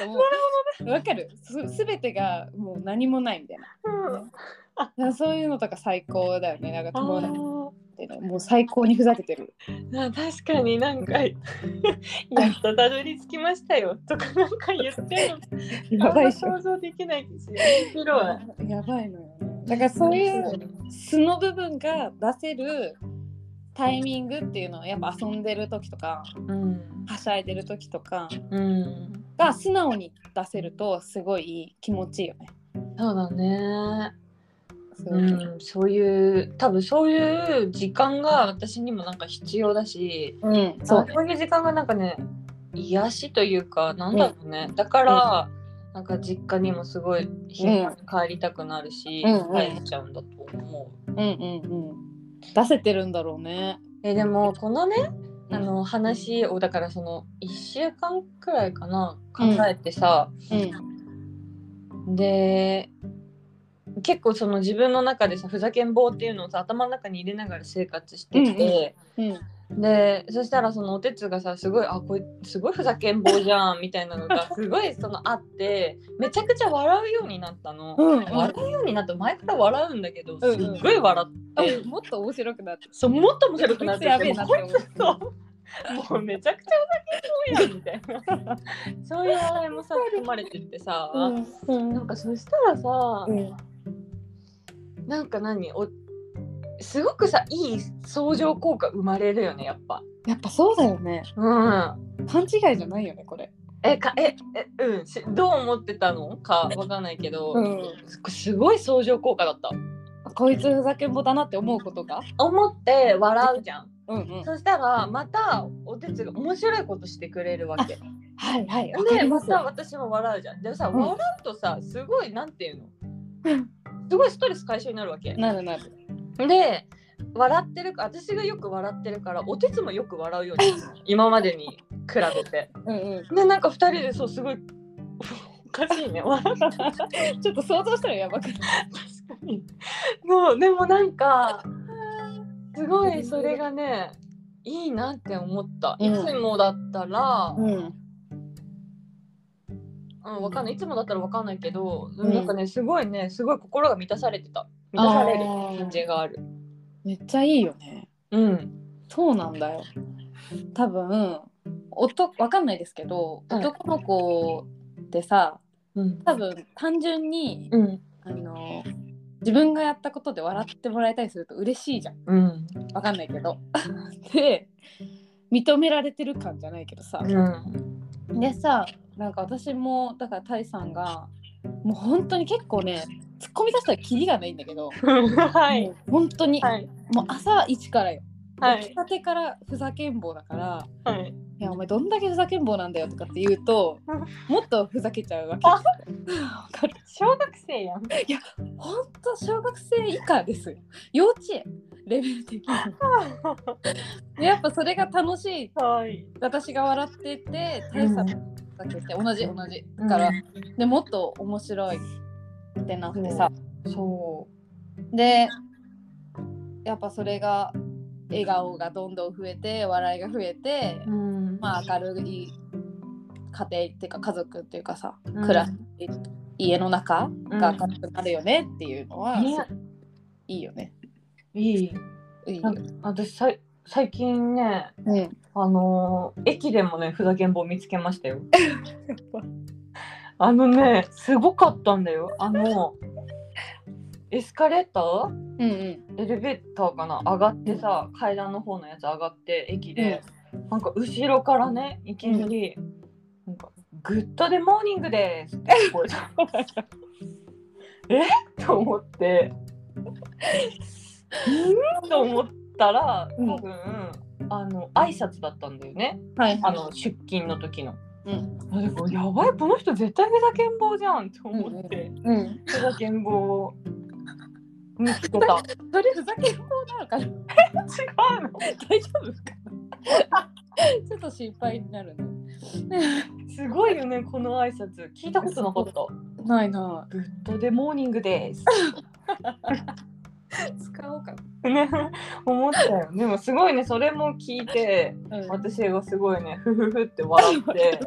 [SPEAKER 2] もうわかるすべてがもう何もないみたいなだからそういうのとか最高だよねなんか友達っていうのもう最高にふざけてる
[SPEAKER 1] な確かになん *laughs* かやっとたどり着きましたよ *laughs* とかなんか言ってるの
[SPEAKER 2] やばいっし
[SPEAKER 1] あんま
[SPEAKER 2] ょ
[SPEAKER 1] 想像できないですよ面白い
[SPEAKER 2] やばいのよねだからそういう素の部分が出せるタイミングっていうのはやっぱ遊んでる時とか
[SPEAKER 1] うん
[SPEAKER 2] はしゃいでる時とか
[SPEAKER 1] うん
[SPEAKER 2] が素直に出せるとすごい気持ちいいよね。
[SPEAKER 1] そうだね
[SPEAKER 2] すご
[SPEAKER 1] う
[SPEAKER 2] い
[SPEAKER 1] んそういう多分そういう時間が私にもなんか必要だし
[SPEAKER 2] うん、
[SPEAKER 1] そ
[SPEAKER 2] そうう。
[SPEAKER 1] そういう時間がなんかね癒しというかなんだろうね、だから、なんか実家にもすごい頻繁に帰りたくなるし、
[SPEAKER 2] うんうん
[SPEAKER 1] 帰っちゃうんだと思う。
[SPEAKER 2] うんうんうん。出せてるんだろうね。
[SPEAKER 1] えでもこのねあ
[SPEAKER 2] あの、
[SPEAKER 1] の話をだからその1週間くらいかな考えてさ、
[SPEAKER 2] うん、
[SPEAKER 1] で結構その自分の中でさふざけん坊っていうのをさ頭の中に入れながら生活してきて、
[SPEAKER 2] うん、
[SPEAKER 1] でそしたらそのおてつがさすごいあこれすごいふざけん坊じゃんみたいなのがすごいそのあってめちゃくちゃ笑うようになったの、
[SPEAKER 2] うんうん
[SPEAKER 1] 笑うようになった前から笑うんだけど
[SPEAKER 2] うん
[SPEAKER 1] す
[SPEAKER 2] うん
[SPEAKER 1] っごい笑って、
[SPEAKER 2] もっと面白くなって。
[SPEAKER 1] そうもっと面白くなっ
[SPEAKER 2] こいつや
[SPEAKER 1] て
[SPEAKER 2] べえ
[SPEAKER 1] て
[SPEAKER 2] な
[SPEAKER 1] も
[SPEAKER 2] っ
[SPEAKER 1] う
[SPEAKER 2] て
[SPEAKER 1] こ
[SPEAKER 2] 思う
[SPEAKER 1] いつそうもうめちゃくちゃふざけん坊やんみたいな
[SPEAKER 2] *laughs*
[SPEAKER 1] そういう笑いもさ含まれてってさ、
[SPEAKER 2] うん、
[SPEAKER 1] なんかそしたらさ、なんか何おすごくさいい相乗効果生まれるよねやっぱ。
[SPEAKER 2] やっぱそうだよね。
[SPEAKER 1] うん
[SPEAKER 2] 勘違いじゃないよね、これ。
[SPEAKER 1] えかええうんしどう思ってたのかわかんないけど、
[SPEAKER 2] うん
[SPEAKER 1] すすごい相乗効果だった
[SPEAKER 2] こいつふざけんぼだなって思うことが。
[SPEAKER 1] 思って笑うじゃん、
[SPEAKER 2] うんうん。
[SPEAKER 1] そしたらまたおてつが面白いことしてくれるわけで
[SPEAKER 2] はいはい。
[SPEAKER 1] また私も笑うじゃんでもさ、
[SPEAKER 2] うん
[SPEAKER 1] 笑うとさすごいなんていうのすごいストレス解消になるわけ
[SPEAKER 2] なるなる。
[SPEAKER 1] で笑ってるか私がよく笑ってるからおてつもよく笑うようになったの今までに比べて
[SPEAKER 2] うんうん。
[SPEAKER 1] でなんか2人でそうすごいおかしいね笑う
[SPEAKER 2] ちょっと想像したらやばくない。
[SPEAKER 1] 確かにもうでもなんかすごいそれがねいいなって思った、
[SPEAKER 2] うん
[SPEAKER 1] いつもだったら、うん
[SPEAKER 2] ん。
[SPEAKER 1] わかんないいつもだったらわかんないけど、
[SPEAKER 2] うん
[SPEAKER 1] なんかねすごいねすごい心が満たされてた満たされる
[SPEAKER 2] あー
[SPEAKER 1] 感じがある
[SPEAKER 2] めっちゃいいよね。
[SPEAKER 1] うん
[SPEAKER 2] そうなんだよ。多分男わかんないですけど、
[SPEAKER 1] はい
[SPEAKER 2] 男の子ってさ
[SPEAKER 1] うん
[SPEAKER 2] 多分単純に、
[SPEAKER 1] うん
[SPEAKER 2] あの自分がやったことで笑ってもらえたりすると嬉しいじゃん
[SPEAKER 1] うん
[SPEAKER 2] わかんないけど。 *laughs* で認められてる感じゃないけどさ。
[SPEAKER 1] うん
[SPEAKER 2] でさなんか私もだからタイさんがもう本当に結構ね突っ込み出したらキリがないんだけど、
[SPEAKER 1] *laughs* はい
[SPEAKER 2] もう本当に、
[SPEAKER 1] はい
[SPEAKER 2] もう朝一からよ、
[SPEAKER 1] は
[SPEAKER 2] 起き
[SPEAKER 1] い
[SPEAKER 2] たてからふざけん坊だから。
[SPEAKER 1] はい
[SPEAKER 2] いやお前どんだけふざけん坊なんだよとかって言うともっとふざけちゃうわけ。
[SPEAKER 1] あ
[SPEAKER 2] わ *laughs* かる
[SPEAKER 1] 小学生やん
[SPEAKER 2] ほんと小学生以下ですよ。幼稚園レベル的に。でやっぱそれが楽しい
[SPEAKER 1] *laughs* はい
[SPEAKER 2] 私が笑ってて大さんもふざけて同じ同じだから、でもっと面白いってなってさ、
[SPEAKER 1] そ
[SPEAKER 2] でやっぱそれが笑顔がどんどん増えて笑いが増えて
[SPEAKER 1] う、うん
[SPEAKER 2] まあ、明るい家庭っていうか家族っていうかさ
[SPEAKER 1] ん
[SPEAKER 2] 暮らし、家の中が明るくなるよねっていうのは、
[SPEAKER 1] ね
[SPEAKER 2] いいよね。
[SPEAKER 1] いい
[SPEAKER 2] いいよ。
[SPEAKER 1] 私さい最近ね
[SPEAKER 2] うん、
[SPEAKER 1] あのー駅でもねふざけん坊見つけましたよ。あのねすごかったんだよ。あのエスカレーター
[SPEAKER 2] うんうん
[SPEAKER 1] エレベーターかな上がってさ階段の方のやつ上がって駅で、なんか後ろからねいきなり、なんか「グッドデモーニングです」
[SPEAKER 2] *laughs*
[SPEAKER 1] って聞こえたえと思ってうんと思ったら多分、あの挨拶だったんだよね。
[SPEAKER 2] はい
[SPEAKER 1] あの出勤の時の。
[SPEAKER 2] うん
[SPEAKER 1] あでもやばいこの人絶対ふざけん坊じゃんって思って
[SPEAKER 2] うん、
[SPEAKER 1] ふざけん坊を見つけた。
[SPEAKER 2] *laughs* それふざけん坊なのかな
[SPEAKER 1] 違うの
[SPEAKER 2] 大丈夫かな *laughs* ちょっと心配になるね。
[SPEAKER 1] すごいよねこの挨拶聞いたことなかった。
[SPEAKER 2] ないな
[SPEAKER 1] グッドデモーニングです。
[SPEAKER 2] 使おうか
[SPEAKER 1] *laughs* ね、思ったよ。でもすごいね、それも聞いて、
[SPEAKER 2] な。うん
[SPEAKER 1] 私がすごいね、ふふふって笑
[SPEAKER 2] *laughs*
[SPEAKER 1] って、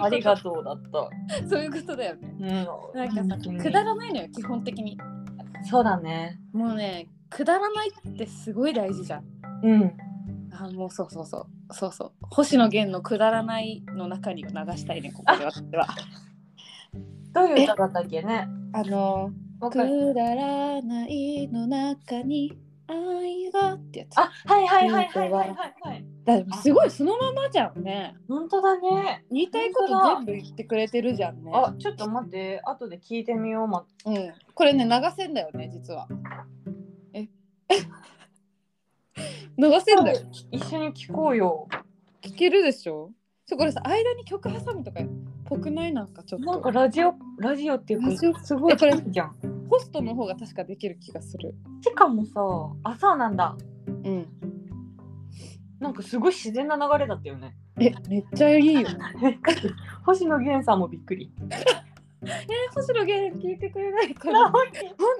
[SPEAKER 1] ありがとうだった。
[SPEAKER 2] う。そういうことだよね。
[SPEAKER 1] うん
[SPEAKER 2] なんかさ、くだらないのよ、基本的に。
[SPEAKER 1] そうだね。
[SPEAKER 2] もうね、くだらないってすごい大事じゃん。
[SPEAKER 1] うん。
[SPEAKER 2] あもうそうそうそうそうそう星野源のくだらないの中にを流したいねここで私は
[SPEAKER 1] どういう歌だったっけね。
[SPEAKER 2] *laughs* あの
[SPEAKER 1] わかる。
[SPEAKER 2] くだらないの中に愛がってやつ
[SPEAKER 1] あ、はいはいはいはいはいはいはい。
[SPEAKER 2] だでもすごいそのままじゃんね
[SPEAKER 1] 本当だね。
[SPEAKER 2] 言いたいこと
[SPEAKER 1] 本当だ
[SPEAKER 2] 全部言ってくれてるじゃんね
[SPEAKER 1] あ、ちょっと待って、後で聞いてみよう。ま、
[SPEAKER 2] うんこれね流せんだよね実はえ *laughs* 流せんだよ
[SPEAKER 1] 一緒に聞こうよ。
[SPEAKER 2] 聞けるでしょそうこれさ間に曲挟むとかぽくないなんかちょっと
[SPEAKER 1] なんかラジオ、ラジオっていう
[SPEAKER 2] ラジオ
[SPEAKER 1] か、すごい
[SPEAKER 2] えこれ
[SPEAKER 1] じゃん。
[SPEAKER 2] ホストの方が確かできる気がする
[SPEAKER 1] しかもさ、あ、そうなんだ。
[SPEAKER 2] うん
[SPEAKER 1] なんかすごい自然な流れだったよね。
[SPEAKER 2] え、めっちゃいいよね。
[SPEAKER 1] *laughs*
[SPEAKER 2] *laughs*
[SPEAKER 1] 星野源さんもびっくり。
[SPEAKER 2] 星野源聞いてくれないかな。本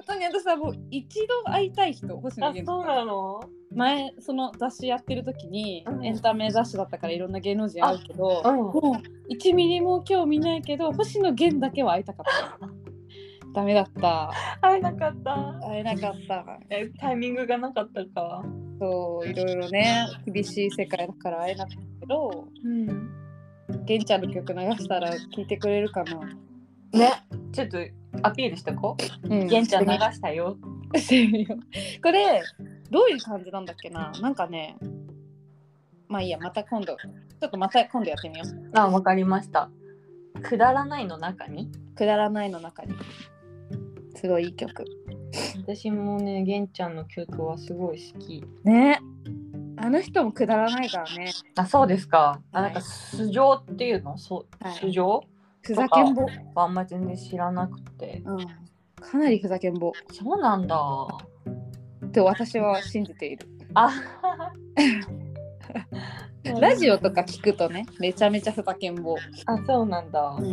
[SPEAKER 2] 当に私はもう一度会いたい人、星野
[SPEAKER 1] あ、
[SPEAKER 2] 源。
[SPEAKER 1] そうなの。
[SPEAKER 2] 前、その雑誌やってる時に、
[SPEAKER 1] うん
[SPEAKER 2] エンタメ雑誌だったからいろんな芸能人会うけど、
[SPEAKER 1] うん
[SPEAKER 2] もう1ミリも今日見ないけど、星野源だけは会いたかった。 *laughs* ダメだった。
[SPEAKER 1] 会えなかった。
[SPEAKER 2] 会えなかった。
[SPEAKER 1] え、タイミングがなかったか。
[SPEAKER 2] そう、いろいろね、厳しい世界だから会えなかったけど、
[SPEAKER 1] うん。
[SPEAKER 2] 源ちゃんの曲流したら聞いてくれるかな。
[SPEAKER 1] ね、ちょっとアピールしとこう。
[SPEAKER 2] う
[SPEAKER 1] げんちゃん流したよ。
[SPEAKER 2] してみようこれどういう感じなんだっけななんかねまあいいやまた今度ちょっとまた今度やってみよう
[SPEAKER 1] あ、わかりました。くだらないの中に。
[SPEAKER 2] くだらないの中にすごいいい曲
[SPEAKER 1] 私もね、げんちゃんの曲はすごい好き。
[SPEAKER 2] ねあの人もくだらないからね
[SPEAKER 1] あ、そうですか。あ、
[SPEAKER 2] は
[SPEAKER 1] ないんか素性っていうの、そう、
[SPEAKER 2] はい
[SPEAKER 1] 素性。
[SPEAKER 2] ふざけんぼ、
[SPEAKER 1] はあんま全然知らなくて。
[SPEAKER 2] うん、かなりふざけんぼ
[SPEAKER 1] そうなんだ。
[SPEAKER 2] って私は信じている
[SPEAKER 1] あ。
[SPEAKER 2] *laughs* ラジオとか。聞くとねめちゃめちゃふざけんぼ、
[SPEAKER 1] あ、そうなんだ。
[SPEAKER 2] んうん、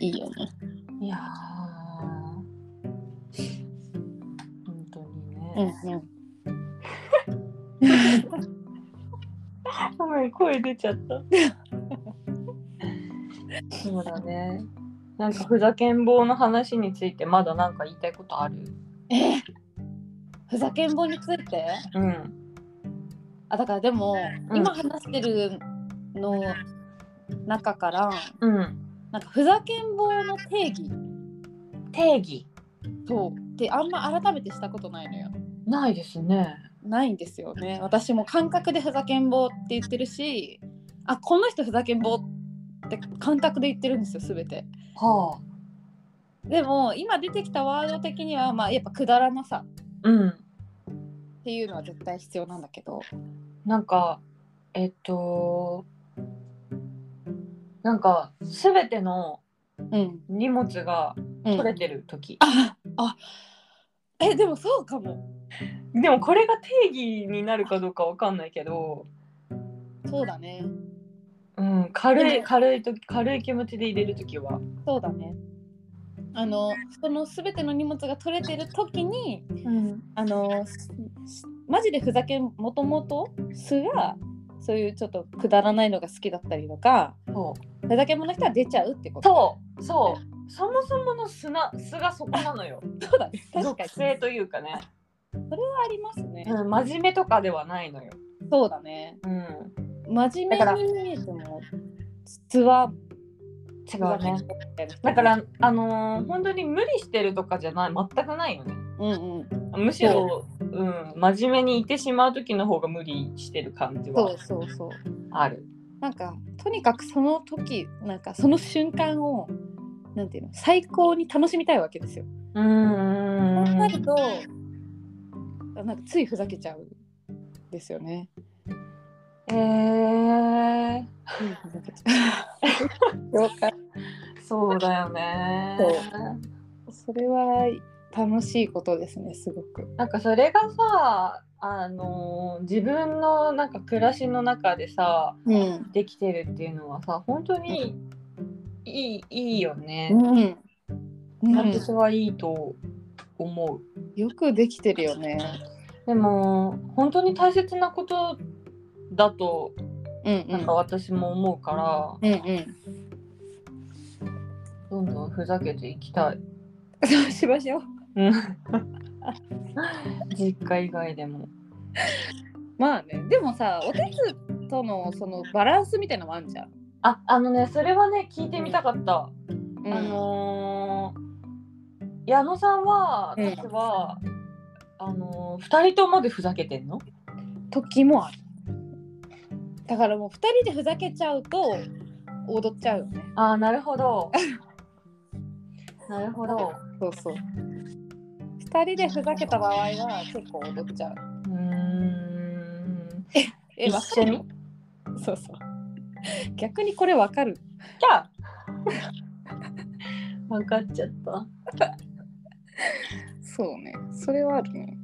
[SPEAKER 2] いいよね
[SPEAKER 1] いやー本当に
[SPEAKER 2] う
[SPEAKER 1] ね。
[SPEAKER 2] んうん
[SPEAKER 1] ごめん声出ちゃった。 *laughs* そうだね。なんかふざけん坊の話についてまだなんか言いたいことある？
[SPEAKER 2] えーふざけんぼについて
[SPEAKER 1] うん。
[SPEAKER 2] あだからでも、
[SPEAKER 1] うん
[SPEAKER 2] 今話してるの中から
[SPEAKER 1] うん。
[SPEAKER 2] なんかふざけん坊の定義
[SPEAKER 1] 定義
[SPEAKER 2] そうってあんま改めてしたことないのよ
[SPEAKER 1] ないですね。
[SPEAKER 2] ないんですよね私も感覚でふざけん坊って言ってるしあこの人ふざけん坊って感覚で言ってるんですよ全て
[SPEAKER 1] は
[SPEAKER 2] でも今出てきたワード的にはまあやっぱくだらなさ
[SPEAKER 1] あ。うん。
[SPEAKER 2] っていうのは絶対必要なんだけど
[SPEAKER 1] なんかえっとなんかすべての
[SPEAKER 2] うん、
[SPEAKER 1] 荷物が
[SPEAKER 2] う
[SPEAKER 1] 取れ
[SPEAKER 2] ん、
[SPEAKER 1] てる時。
[SPEAKER 2] ああえでもそうかも
[SPEAKER 1] でもこれが定義になるかどうかわかんないけど。
[SPEAKER 2] そうだね
[SPEAKER 1] うん、軽
[SPEAKER 2] で
[SPEAKER 1] い
[SPEAKER 2] も
[SPEAKER 1] 軽いと軽い気持ちで入れるときは、
[SPEAKER 2] そうだね。あのその全ての荷物が取れてる時にあのすすマジでふざけんもともと素がそういうちょっとくだらないのが好きだったりとか
[SPEAKER 1] そう
[SPEAKER 2] ふざけんもの人は出ちゃうってこと
[SPEAKER 1] そうそうそもそもの素な素がそこなのよ
[SPEAKER 2] そうだね *laughs* 確か
[SPEAKER 1] 属
[SPEAKER 2] にそれ
[SPEAKER 1] 性というかね、
[SPEAKER 2] はありますね、
[SPEAKER 1] うん、真面目とかではないのよ、
[SPEAKER 2] そうだね
[SPEAKER 1] うん、
[SPEAKER 2] 真面
[SPEAKER 1] だか
[SPEAKER 2] 目
[SPEAKER 1] ら
[SPEAKER 2] に見えても素は
[SPEAKER 1] 違
[SPEAKER 2] ふざ
[SPEAKER 1] う
[SPEAKER 2] けん
[SPEAKER 1] ね
[SPEAKER 2] 坊みたいな人
[SPEAKER 1] だからあのー本当に無理してるとかじゃない全くないよね
[SPEAKER 2] うんうん
[SPEAKER 1] むしろ、うん、真面目にいてしまう時の方が無理してる感じ
[SPEAKER 2] そ
[SPEAKER 1] は
[SPEAKER 2] うそうそう
[SPEAKER 1] ある
[SPEAKER 2] なんかとにかくその時なんかその瞬間をなんていうの最高に楽しみたいわけですよ
[SPEAKER 1] うんうん
[SPEAKER 2] そう
[SPEAKER 1] う
[SPEAKER 2] なんると、なんかついふざけちゃうんですよね。
[SPEAKER 1] えー、
[SPEAKER 2] ついふざけちゃう了解
[SPEAKER 1] そうだよね
[SPEAKER 2] それは楽しいことですね、すごく。
[SPEAKER 1] なんかそれがさあのー自分のなんか暮らしの中でさ
[SPEAKER 2] うん。
[SPEAKER 1] できてるっていうのはさ本当にいいいいよね、
[SPEAKER 2] うん。
[SPEAKER 1] 私はいいと思う
[SPEAKER 2] よくできてるよね。
[SPEAKER 1] でも本当に大切なことだと
[SPEAKER 2] うんう
[SPEAKER 1] なん
[SPEAKER 2] ん
[SPEAKER 1] か。私も思うか
[SPEAKER 2] うんうん。
[SPEAKER 1] ら、どんどんふざけていきたい。
[SPEAKER 2] そうしましょう。
[SPEAKER 1] うん実家以外でも。
[SPEAKER 2] まあね、でもさ、お手つとのそのバランスみたいなのもあるじゃん。
[SPEAKER 1] ああのねそれはね聞いてみたかった。
[SPEAKER 2] うん
[SPEAKER 1] あのー矢野さんは
[SPEAKER 2] うん
[SPEAKER 1] 実は、あのー、2人ともでふざけてんの
[SPEAKER 2] 時もある。だからもう二人でふざけちゃうと踊っちゃうよね。
[SPEAKER 1] ああなるほど。なるほど。
[SPEAKER 2] そうそう。二人でふざけた場合は結構踊っちゃう。
[SPEAKER 1] うーん。
[SPEAKER 2] え、
[SPEAKER 1] 一
[SPEAKER 2] わか
[SPEAKER 1] 緒
[SPEAKER 2] る
[SPEAKER 1] に
[SPEAKER 2] よそうそう。逆にこれわかる。
[SPEAKER 1] じゃ *laughs* あ。分かっちゃった。
[SPEAKER 2] そうね。それはあるね。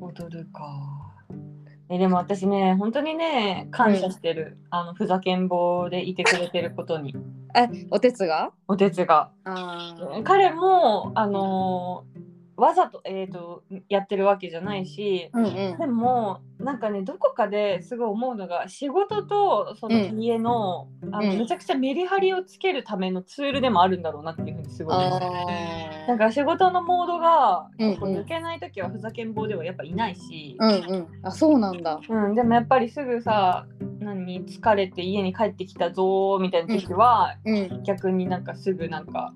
[SPEAKER 1] 踊るか。えでも私ね本当にね感謝してる、あのふざけん坊でいてくれてることに
[SPEAKER 2] え、お手つが
[SPEAKER 1] おてつが
[SPEAKER 2] あ
[SPEAKER 1] 彼もあのーわざと,、えー、とやってるわけじゃないし
[SPEAKER 2] うんうん
[SPEAKER 1] で。もなんかねどこかですごい思うのが仕事とその
[SPEAKER 2] うん
[SPEAKER 1] 家の,、あの
[SPEAKER 2] うん
[SPEAKER 1] めちゃくちゃメリハリをつけるためのツールでもあるんだろうなっていうふうにすごい思う
[SPEAKER 2] あ
[SPEAKER 1] なんか仕事のモードが
[SPEAKER 2] うんうん
[SPEAKER 1] こう抜けない時はふざけん坊ではやっぱいないし、
[SPEAKER 2] うんうん。あ、そうなんだ。
[SPEAKER 1] うん、でもやっぱりすぐさ何疲れて家に帰ってきたぞーみたいな時は、
[SPEAKER 2] うん。
[SPEAKER 1] 逆になんかすぐなんか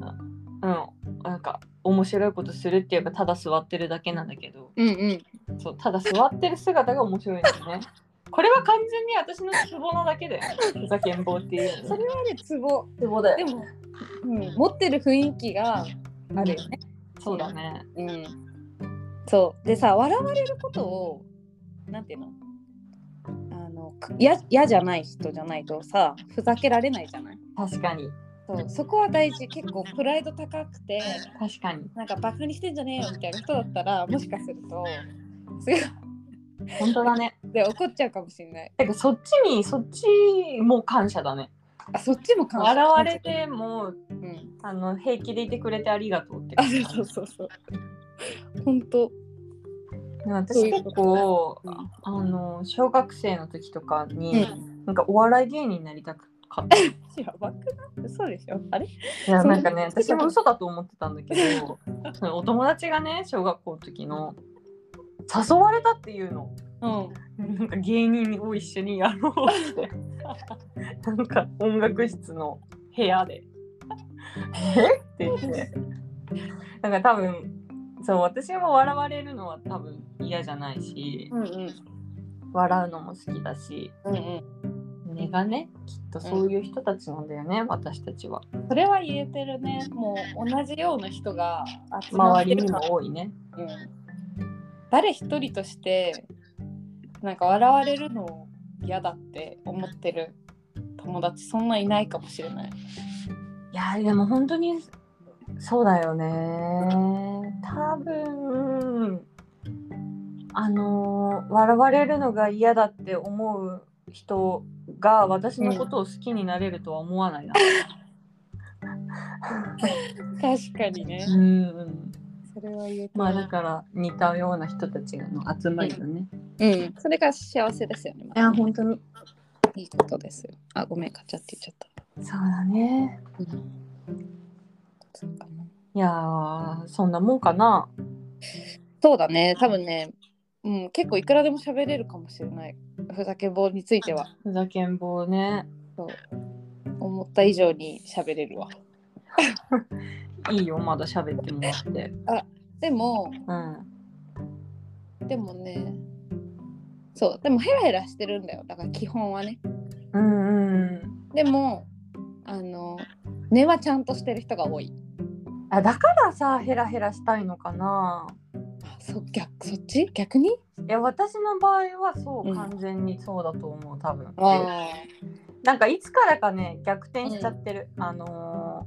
[SPEAKER 1] あうんなんか面白いことするっていうかただ座ってるだけなんだけど
[SPEAKER 2] うんうん。
[SPEAKER 1] そうただ座ってる姿が面白いんです
[SPEAKER 2] *laughs*
[SPEAKER 1] ね。これは完全に私のツボなだけだよ。ふざけん坊っていうの
[SPEAKER 2] そ
[SPEAKER 1] は。
[SPEAKER 2] れはね、ツボ。
[SPEAKER 1] ツボだ
[SPEAKER 2] で。も、うん、持ってる雰囲気があるよね。
[SPEAKER 1] そうだね。
[SPEAKER 2] うん。そう。でさ、笑われることを、なんていうのあの、くや嫌じゃない人じゃないとさ、ふざけられないじゃない
[SPEAKER 1] 確かに。
[SPEAKER 2] そうそこは大事。結構プライド高くて、
[SPEAKER 1] 確かに。
[SPEAKER 2] なんかバカにしてんじゃねえよみたいな人だったら、もしかすると、すごい
[SPEAKER 1] 本当だね。
[SPEAKER 2] で怒っちゃうかもしれない。
[SPEAKER 1] てかそっちにそっちも感謝だね。
[SPEAKER 2] あ、そっちも感謝
[SPEAKER 1] 笑われ。ても
[SPEAKER 2] うん。
[SPEAKER 1] あの平気でいてくれてありがとうって
[SPEAKER 2] あ、
[SPEAKER 1] 感じ
[SPEAKER 2] そうそうそう。本当。
[SPEAKER 1] 私
[SPEAKER 2] そういう
[SPEAKER 1] 結
[SPEAKER 2] こと
[SPEAKER 1] 構
[SPEAKER 2] うん
[SPEAKER 1] あの小学生の時とか
[SPEAKER 2] う
[SPEAKER 1] に、
[SPEAKER 2] ん。
[SPEAKER 1] なんかお笑い芸人になりたくかったい
[SPEAKER 2] やばくない嘘でしょあれ
[SPEAKER 1] や
[SPEAKER 2] そう
[SPEAKER 1] なんかね
[SPEAKER 2] *laughs* そう
[SPEAKER 1] 私も嘘だと思ってたんだけどそのお友達がね小学校の時の誘われたっていうの
[SPEAKER 2] うん。
[SPEAKER 1] なんか芸人を一緒にやろうって
[SPEAKER 2] *laughs*
[SPEAKER 1] なんか音楽室の部屋でえって言ってなんか多分そう私も笑われるのは多分嫌じゃないし
[SPEAKER 2] うんうん。
[SPEAKER 1] 笑うのも好きだし
[SPEAKER 2] うんうん。
[SPEAKER 1] 根がねきっとそういう人たちなんだよね、私たちは
[SPEAKER 2] それは言えてるね。もう同じような人が集まっ
[SPEAKER 1] 周
[SPEAKER 2] て
[SPEAKER 1] り
[SPEAKER 2] る
[SPEAKER 1] に
[SPEAKER 2] から。
[SPEAKER 1] も多いね
[SPEAKER 2] うん。誰一人として、なんか笑われるの嫌だって思ってる友達、そんないないかもしれない。
[SPEAKER 1] いやーでも本当にそうだよね多分あのー笑われるのが嫌だって思う人が私のことを好きになれるとは思わないな。
[SPEAKER 2] 確かにね。
[SPEAKER 1] うん
[SPEAKER 2] それは言えてる。
[SPEAKER 1] まあだから似たような人たちの集まりだね。
[SPEAKER 2] うん。それが幸せですよね。ま
[SPEAKER 1] い
[SPEAKER 2] あ
[SPEAKER 1] や本当に
[SPEAKER 2] いいことですよ。あ、ごめん、カチャって言っちゃった。
[SPEAKER 1] そうだね。
[SPEAKER 2] そうか
[SPEAKER 1] いやーそんなもんかな。
[SPEAKER 2] そうだね、多分ね、うん、結構いくらでも喋れるかもしれない。ふざけ棒については、
[SPEAKER 1] ふざけん坊ね。
[SPEAKER 2] 思った以上に喋れるわ。
[SPEAKER 1] いいよまだ喋ってもらって。
[SPEAKER 2] でも、
[SPEAKER 1] うん。
[SPEAKER 2] でもね、そう、でもヘラヘラしてるんだよ、だから基本はね。
[SPEAKER 1] うんうん。
[SPEAKER 2] でも、あの、根はちゃんとしてる人が多い。
[SPEAKER 1] あだからさヘラヘラしたいのかな。
[SPEAKER 2] あそ逆そっち逆に
[SPEAKER 1] いや私の場合はそう、
[SPEAKER 2] うん
[SPEAKER 1] 完全にそうだと思う多分
[SPEAKER 2] あ
[SPEAKER 1] なんかいつからかね逆転しちゃってる、あの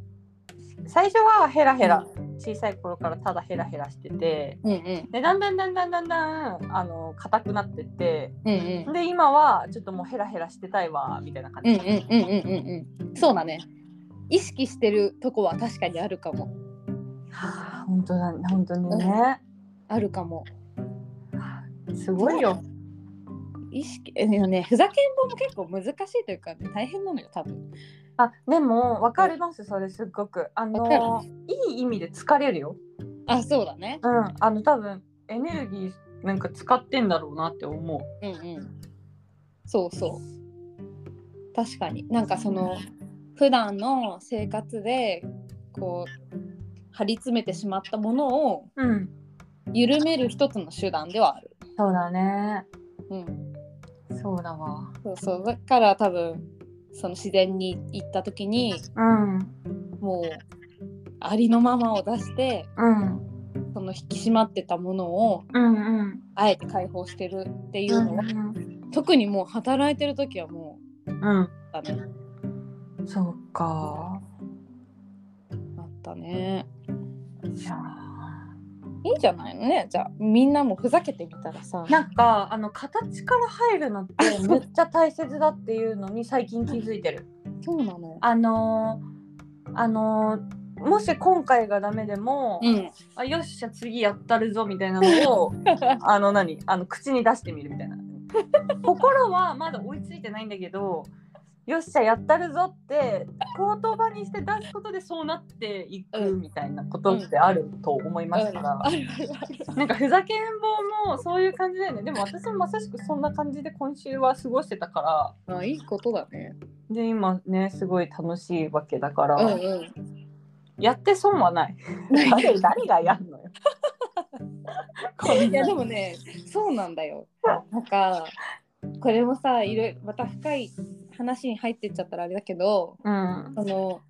[SPEAKER 1] ー最初はヘラヘラ小さい頃からただヘラヘラしてて
[SPEAKER 2] うんうん
[SPEAKER 1] でだんだんだんだんだんだんあのー硬くなってって
[SPEAKER 2] うんうん
[SPEAKER 1] で今はちょっともうヘラヘラしてたいわみたいな感
[SPEAKER 2] うんう
[SPEAKER 1] じ、
[SPEAKER 2] んうんうんうんうんそうだね意識してるとこは確かにあるかも
[SPEAKER 1] はあ本当だね本当にね、
[SPEAKER 2] あるかも
[SPEAKER 1] すごいよ
[SPEAKER 2] 意識えでもねふざけんぼも結構難しいというか、ね、大変なのよ多分
[SPEAKER 1] あでも分かりますそれすっごくあ
[SPEAKER 2] わ
[SPEAKER 1] の
[SPEAKER 2] か
[SPEAKER 1] いい意味で疲れるよ
[SPEAKER 2] あそうだね
[SPEAKER 1] うんあの多分エネルギーなんか使ってんだろうなって思う
[SPEAKER 2] うんうんそうそう確かになんかその普段の生活でこう張り詰めてしまったものを
[SPEAKER 1] うん
[SPEAKER 2] 緩める一つの手段ではある、
[SPEAKER 1] そうだね
[SPEAKER 2] うん、
[SPEAKER 1] そうだわ
[SPEAKER 2] そうそうだから多分その自然に行った時に
[SPEAKER 1] うん
[SPEAKER 2] もうありのままを出して
[SPEAKER 1] うん
[SPEAKER 2] その引き締まってたものを
[SPEAKER 1] うんうん
[SPEAKER 2] あえて解放してるっていううんのは、特にもう働いてる時はも
[SPEAKER 1] うん
[SPEAKER 2] うあったね
[SPEAKER 1] うんそうか
[SPEAKER 2] あったね
[SPEAKER 1] いや
[SPEAKER 2] いいんじゃないのねじゃあみんなもふざけてみたらさ
[SPEAKER 1] なんかあの形から入るのって *laughs* めっちゃ大切だっていうのに最近気づいてる
[SPEAKER 2] そうなのよ
[SPEAKER 1] あのーあのーもし今回がダメでも、
[SPEAKER 2] うん
[SPEAKER 1] あよっしゃ次やったるぞみたいなの
[SPEAKER 2] *laughs*
[SPEAKER 1] をあの何あの口に出してみるみたいな心はまだ追いついてないんだけどよっしゃやったるぞって言葉にして出すことでそうなっていくみたいなことってあると思いますから、
[SPEAKER 2] あるあるある
[SPEAKER 1] なんかふざけんぼうもそういう感じだよねでも私もまさしくそんな感じで今週は過ごしてたから
[SPEAKER 2] まあいいことだね
[SPEAKER 1] で今ねすごい楽しいわけだか
[SPEAKER 2] う
[SPEAKER 1] ら、
[SPEAKER 2] んうん
[SPEAKER 1] やって損は
[SPEAKER 2] *laughs*
[SPEAKER 1] ない。誰誰がやるのよ。こん
[SPEAKER 2] いや
[SPEAKER 1] な
[SPEAKER 2] でもねそうなんだよなんかこれもさいろいろまた深い話に入ってっちゃったらあれだけど
[SPEAKER 1] うん
[SPEAKER 2] あの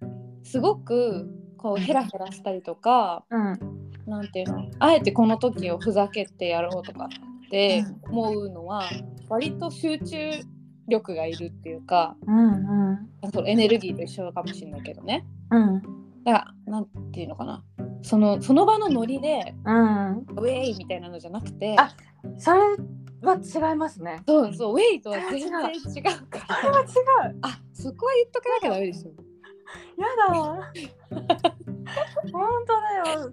[SPEAKER 2] すごくこうヘラヘラしたりとか
[SPEAKER 1] うん
[SPEAKER 2] なんていうのあえてこの時をふざけてやろうとかって思うのは割と集中力がいるっていうか
[SPEAKER 1] うん
[SPEAKER 2] そのエネルギーと一緒かもしれないけどね
[SPEAKER 1] うん
[SPEAKER 2] だからなんていうのかなそのその場のノリで
[SPEAKER 1] うん
[SPEAKER 2] ウェイみたいなのじゃなくて
[SPEAKER 1] あそれは違いますね。
[SPEAKER 2] そうそうウェイとは全然違うか
[SPEAKER 1] それは違
[SPEAKER 2] ら
[SPEAKER 1] う。
[SPEAKER 2] あそこは言っとかなきゃダメですよ
[SPEAKER 1] やだわ。本当だよ。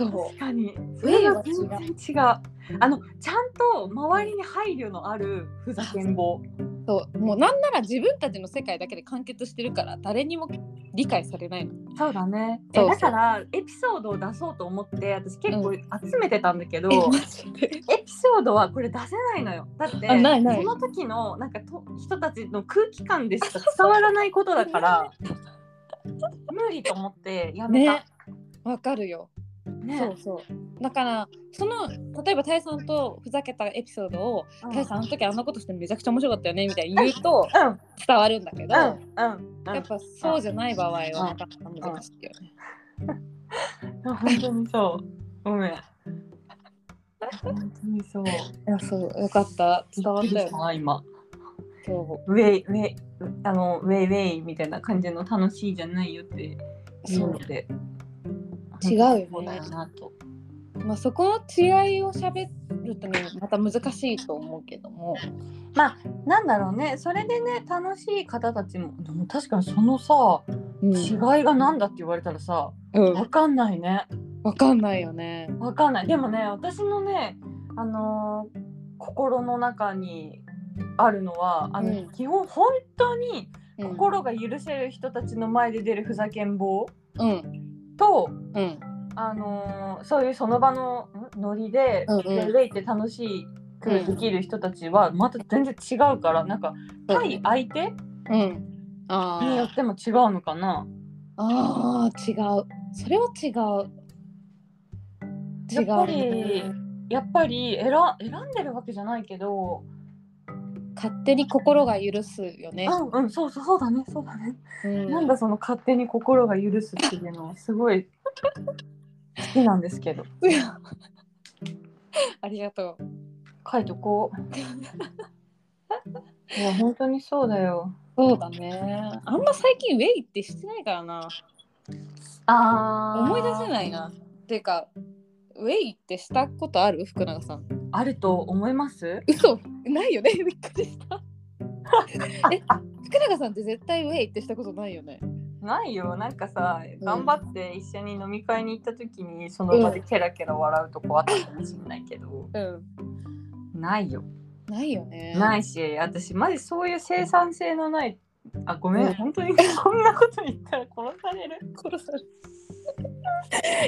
[SPEAKER 2] そう
[SPEAKER 1] 確かに。そ
[SPEAKER 2] ウェイ
[SPEAKER 1] れ
[SPEAKER 2] は
[SPEAKER 1] は
[SPEAKER 2] 違
[SPEAKER 1] 全
[SPEAKER 2] う
[SPEAKER 1] 然違う。あのちゃんと周りに配慮のあるふざけんぼ。
[SPEAKER 2] そうもうなんなら自分たちの世界だけで完結してるから誰にも理解されないの
[SPEAKER 1] そうだね。え
[SPEAKER 2] そうそう
[SPEAKER 1] だからエピソードを出そうと思って私結構集めてたんだけど。
[SPEAKER 2] *laughs* えマジで
[SPEAKER 1] エピソードはこれ出せないのよだって
[SPEAKER 2] あないな
[SPEAKER 1] そ
[SPEAKER 2] い
[SPEAKER 1] の時のなんかと人たちの空気感でしか伝わらないことだから
[SPEAKER 2] *laughs*
[SPEAKER 1] 無理と思ってやめ
[SPEAKER 2] ね
[SPEAKER 1] た、
[SPEAKER 2] わかるよ。
[SPEAKER 1] ね
[SPEAKER 2] そうそう。だからその例えばタイさんとふざけたエピソードを
[SPEAKER 1] うん
[SPEAKER 2] タイさんあの時あんなことしてめちゃくちゃ面白かったよねみたいに言うと
[SPEAKER 1] うんうん
[SPEAKER 2] 伝わるんだけど、や
[SPEAKER 1] うんうん
[SPEAKER 2] っぱそうじゃない場合はなかなか難しいよね。
[SPEAKER 1] 本当にそうごめん本当にそう
[SPEAKER 2] いやそうよかった伝わったよね。
[SPEAKER 1] た今
[SPEAKER 2] そ
[SPEAKER 1] ウェイウェイあのウェイウェイみたいな感じの楽しいじゃないよって
[SPEAKER 2] う
[SPEAKER 1] 言
[SPEAKER 2] そうう
[SPEAKER 1] ので
[SPEAKER 2] 違うよね
[SPEAKER 1] そうだよなと
[SPEAKER 2] まあそこの違いを喋るとねまた難しいと思うけども。
[SPEAKER 1] なんだろうねそれでね楽しい方たちもでも確かにそのさ、
[SPEAKER 2] うん
[SPEAKER 1] 違いがなんだって言われたらさ
[SPEAKER 2] うん
[SPEAKER 1] わかんないね
[SPEAKER 2] わかんないよね。
[SPEAKER 1] わかんないでもね私のねあのー心の中にあるのはあの、
[SPEAKER 2] うん
[SPEAKER 1] 基本本当に
[SPEAKER 2] うん
[SPEAKER 1] 心が許せる人たちの前で出るふざけん坊
[SPEAKER 2] うん
[SPEAKER 1] と、
[SPEAKER 2] うん
[SPEAKER 1] あのーそういうその場のんノリで
[SPEAKER 2] うんうん
[SPEAKER 1] ウェイウェイって楽しくできる人たちはまた全然違うからなんか対相手
[SPEAKER 2] うん。ああ。
[SPEAKER 1] によっても違うのかな。
[SPEAKER 2] あー違うそれは違う違
[SPEAKER 1] やっぱり
[SPEAKER 2] う
[SPEAKER 1] やっぱり選選んでるわけじゃないけど、
[SPEAKER 2] 勝手に心が許すよね、
[SPEAKER 1] うんうんそうそうそうだねそうだね、
[SPEAKER 2] うん
[SPEAKER 1] なんだその勝手に心が許すっていうのはすごい好きなんですけど
[SPEAKER 2] *laughs* ありがとう
[SPEAKER 1] 書いとこういや本当にそうだよ
[SPEAKER 2] そうだねあんま最近ウェイってしてないからな
[SPEAKER 1] あ
[SPEAKER 2] 思い出せないなっていうかウェイってしたことある福永さん
[SPEAKER 1] あると思います
[SPEAKER 2] 嘘ないよね *laughs* びっくりしたえ福永さんって絶対ウェイってしたことないよね
[SPEAKER 1] ないよなんかさ頑張って一緒に飲み会に行った時にその場でケラケラ笑うとこあったかもしれないけど、
[SPEAKER 2] うん、
[SPEAKER 1] ないよ
[SPEAKER 2] ないよね
[SPEAKER 1] ないし私マジそういう生産性のないあごめん、
[SPEAKER 2] うん
[SPEAKER 1] 本当に *laughs* こんなこと言ったら殺される
[SPEAKER 2] 殺される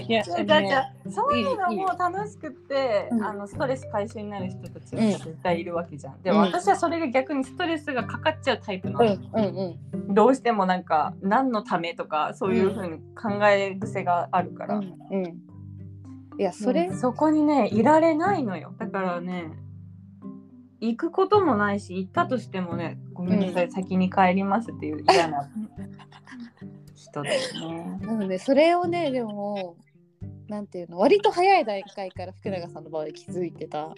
[SPEAKER 2] いや
[SPEAKER 1] じゃじゃ
[SPEAKER 2] ね
[SPEAKER 1] そういうのも楽しくって
[SPEAKER 2] うん
[SPEAKER 1] あのストレス解消になる人たち
[SPEAKER 2] うん
[SPEAKER 1] が絶対いるわけじゃん、でも
[SPEAKER 2] うん
[SPEAKER 1] 私はそれが逆にストレスがかかっちゃうタイプな
[SPEAKER 2] うん
[SPEAKER 1] の、
[SPEAKER 2] うんうん
[SPEAKER 1] どうしてもなんか何のためとかそういうふうに考え癖があるから、
[SPEAKER 2] うんうんいやそれ、
[SPEAKER 1] うんそこにねいられないのよだからね行くこともないし行ったとしてもねごめんなさい、先に帰りますっていう嫌な人だよね。
[SPEAKER 2] なのでそれをねでもなんていうの割と早い段階から福永さんの場合気づいてたっ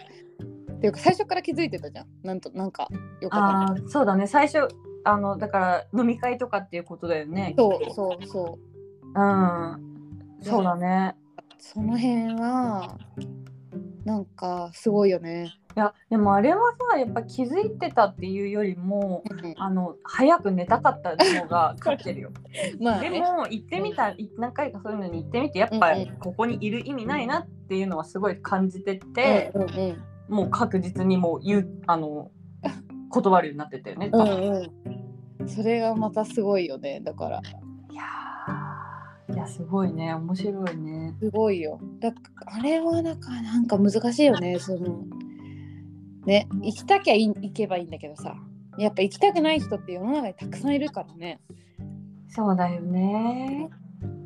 [SPEAKER 2] ていうか最初から気づいてたじゃんなんとなんかよくわかんない
[SPEAKER 1] *laughs* あーそうだね最初あのだから飲み会とかっていうことだよね。
[SPEAKER 2] そうそうそう
[SPEAKER 1] うんそうだね。
[SPEAKER 2] その辺はなんかすごいよね、
[SPEAKER 1] いやでもあれはさやっぱ気づいてたっていうよりも
[SPEAKER 2] うん
[SPEAKER 1] あの早く寝たかったのが勝ってるよ。
[SPEAKER 2] まあ
[SPEAKER 1] で
[SPEAKER 2] ね
[SPEAKER 1] も行ってみたい何回かそういうのに行ってみてやっぱここにいる意味ないなっていうのはすごい感じてて、
[SPEAKER 2] うんうん
[SPEAKER 1] もう確実にもう言うあ *laughs* の断るようになってたよね。
[SPEAKER 2] う
[SPEAKER 1] 多
[SPEAKER 2] ん
[SPEAKER 1] 分
[SPEAKER 2] うんそれがまたすごいよねだから
[SPEAKER 1] いやーいやすごいね面白いね。
[SPEAKER 2] すごいよだあれはなんかなんか難しいよねそのね行きたきゃい行けばいいんだけどさやっぱ行きたくない人って世の中にたくさんいるからね
[SPEAKER 1] そうだよね。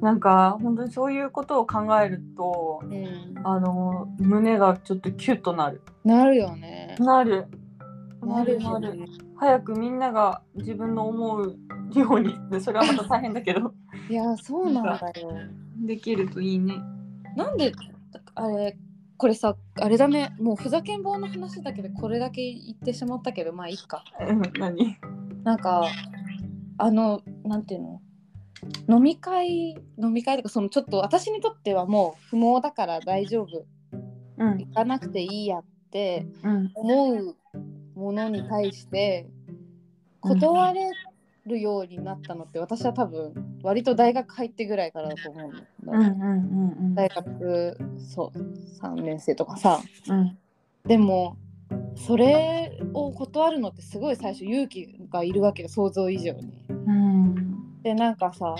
[SPEAKER 1] なんか本当にそういうことを考えると
[SPEAKER 2] うん
[SPEAKER 1] あの胸がちょっとキュッとなる。
[SPEAKER 2] なるよね
[SPEAKER 1] なる。
[SPEAKER 2] なるよ
[SPEAKER 1] なる
[SPEAKER 2] ね
[SPEAKER 1] 早くみんなが自分の思うようにでそれはまた大変だけ *laughs* ど
[SPEAKER 2] いやそうなんだよ
[SPEAKER 1] できるといいね。
[SPEAKER 2] なんであれこれさあれだねもうふざけん坊の話だけでこれだけ言ってしまったけどまあいいか
[SPEAKER 1] うん何
[SPEAKER 2] なんかあのなんていうの飲み会飲み会とかそのちょっと私にとってはもう不毛だから大丈夫
[SPEAKER 1] うん
[SPEAKER 2] 行かなくていいやって
[SPEAKER 1] うん
[SPEAKER 2] 思うものに対して断れるようになったのって私は多分割と大学入ってぐらいからだと思うんだ
[SPEAKER 1] うんうんうんうん
[SPEAKER 2] 大学そう3年生とかさ
[SPEAKER 1] うん
[SPEAKER 2] でもそれを断るのってすごい最初勇気がいるわけよ想像以上に。
[SPEAKER 1] うん
[SPEAKER 2] でなんかさ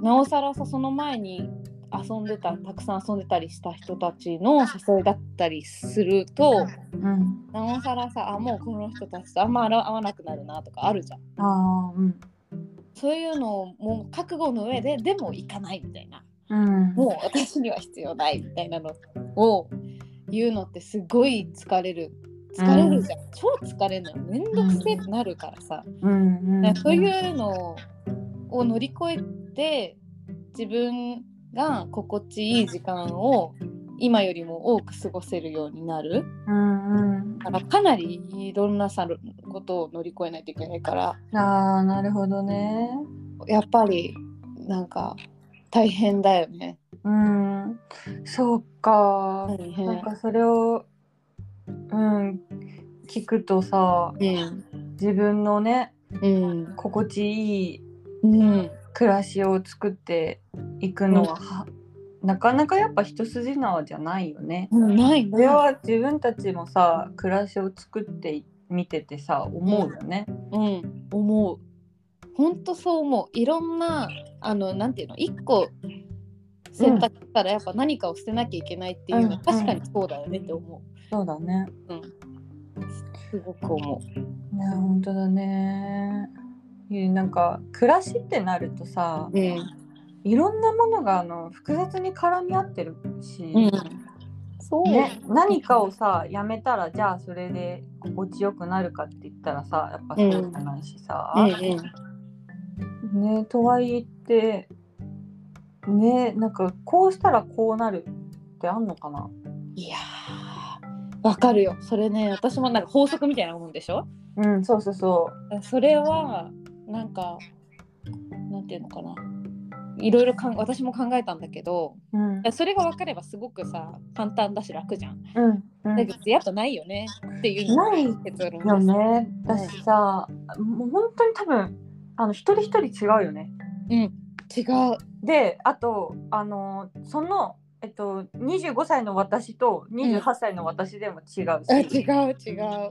[SPEAKER 2] なおさらさその前に遊んでたたくさん遊んでたりした人たちの誘いだったりすると
[SPEAKER 1] うん
[SPEAKER 2] なおさらさあもうこの人たちとあんま合わなくなるなとかあるじゃん
[SPEAKER 1] ああうん
[SPEAKER 2] そういうのをもう覚悟の上ででも行かないみたいな
[SPEAKER 1] うん
[SPEAKER 2] もう私には必要ないみたいなのを言うのってすごい疲れる疲れるじゃん、超疲れるのよめんどくせえってなるからさ、
[SPEAKER 1] うん
[SPEAKER 2] だ
[SPEAKER 1] う
[SPEAKER 2] からそういうのを乗り越えて自分が心地いい時間を今よりも多く過ごせるようになる
[SPEAKER 1] うんうん
[SPEAKER 2] だからかなりいろんなさことを乗り越えないといけないから
[SPEAKER 1] ああなるほどね
[SPEAKER 2] やっぱりなんか大変だよね。
[SPEAKER 1] うんそうか
[SPEAKER 2] 大
[SPEAKER 1] なん
[SPEAKER 2] 変
[SPEAKER 1] かそれをうん聞くとさ
[SPEAKER 2] うん
[SPEAKER 1] 自分のね
[SPEAKER 2] うん
[SPEAKER 1] 心地いい
[SPEAKER 2] うん
[SPEAKER 1] 暮らしを作っていくのは、はなかなかやっぱ一筋縄じゃないよね。
[SPEAKER 2] うんない
[SPEAKER 1] それ
[SPEAKER 2] な
[SPEAKER 1] は自分たちもさ暮らしを作ってみててさ思うよね。
[SPEAKER 2] うん、思う。ほんとそう思う。いろんな、あの、なんていうの、一個選択したらやっぱ何かを捨てなきゃいけないっていうのは
[SPEAKER 1] うん
[SPEAKER 2] 確かにそうだよねって思う。
[SPEAKER 1] そうだね。
[SPEAKER 2] すごく思
[SPEAKER 1] ね本当だね。いやなんか暮らしってなるとさ
[SPEAKER 2] う。うん。
[SPEAKER 1] いろんなものがあの複雑に絡み合ってるし、
[SPEAKER 2] うん。そう。
[SPEAKER 1] ね、何かをさやめたらじゃあそれで心地よくなるかって言ったらさやっぱそうじゃないしさ、
[SPEAKER 2] うんうん
[SPEAKER 1] ねとはいってねなんかこうしたらこうなるってあんのかない
[SPEAKER 2] やー、わかるよ。それね、私もなんか法則みたいなもんでしょ
[SPEAKER 1] うんそうそうそ
[SPEAKER 2] それは、なんか、なんていうのかな。いろいろかん私も考えたんだけど
[SPEAKER 1] ううん
[SPEAKER 2] それが分かればすごくさ簡単だし楽じゃん
[SPEAKER 1] うんうん
[SPEAKER 2] だけどやっぱないよねっていう
[SPEAKER 1] ない
[SPEAKER 2] 結論
[SPEAKER 1] よ
[SPEAKER 2] です。
[SPEAKER 1] ねだしさもう本当に多分あの一人一人違うよね
[SPEAKER 2] うん、違う
[SPEAKER 1] であとあのその、えっと、25歳の私と28歳の私でも違う
[SPEAKER 2] え
[SPEAKER 1] し、
[SPEAKER 2] 違う違う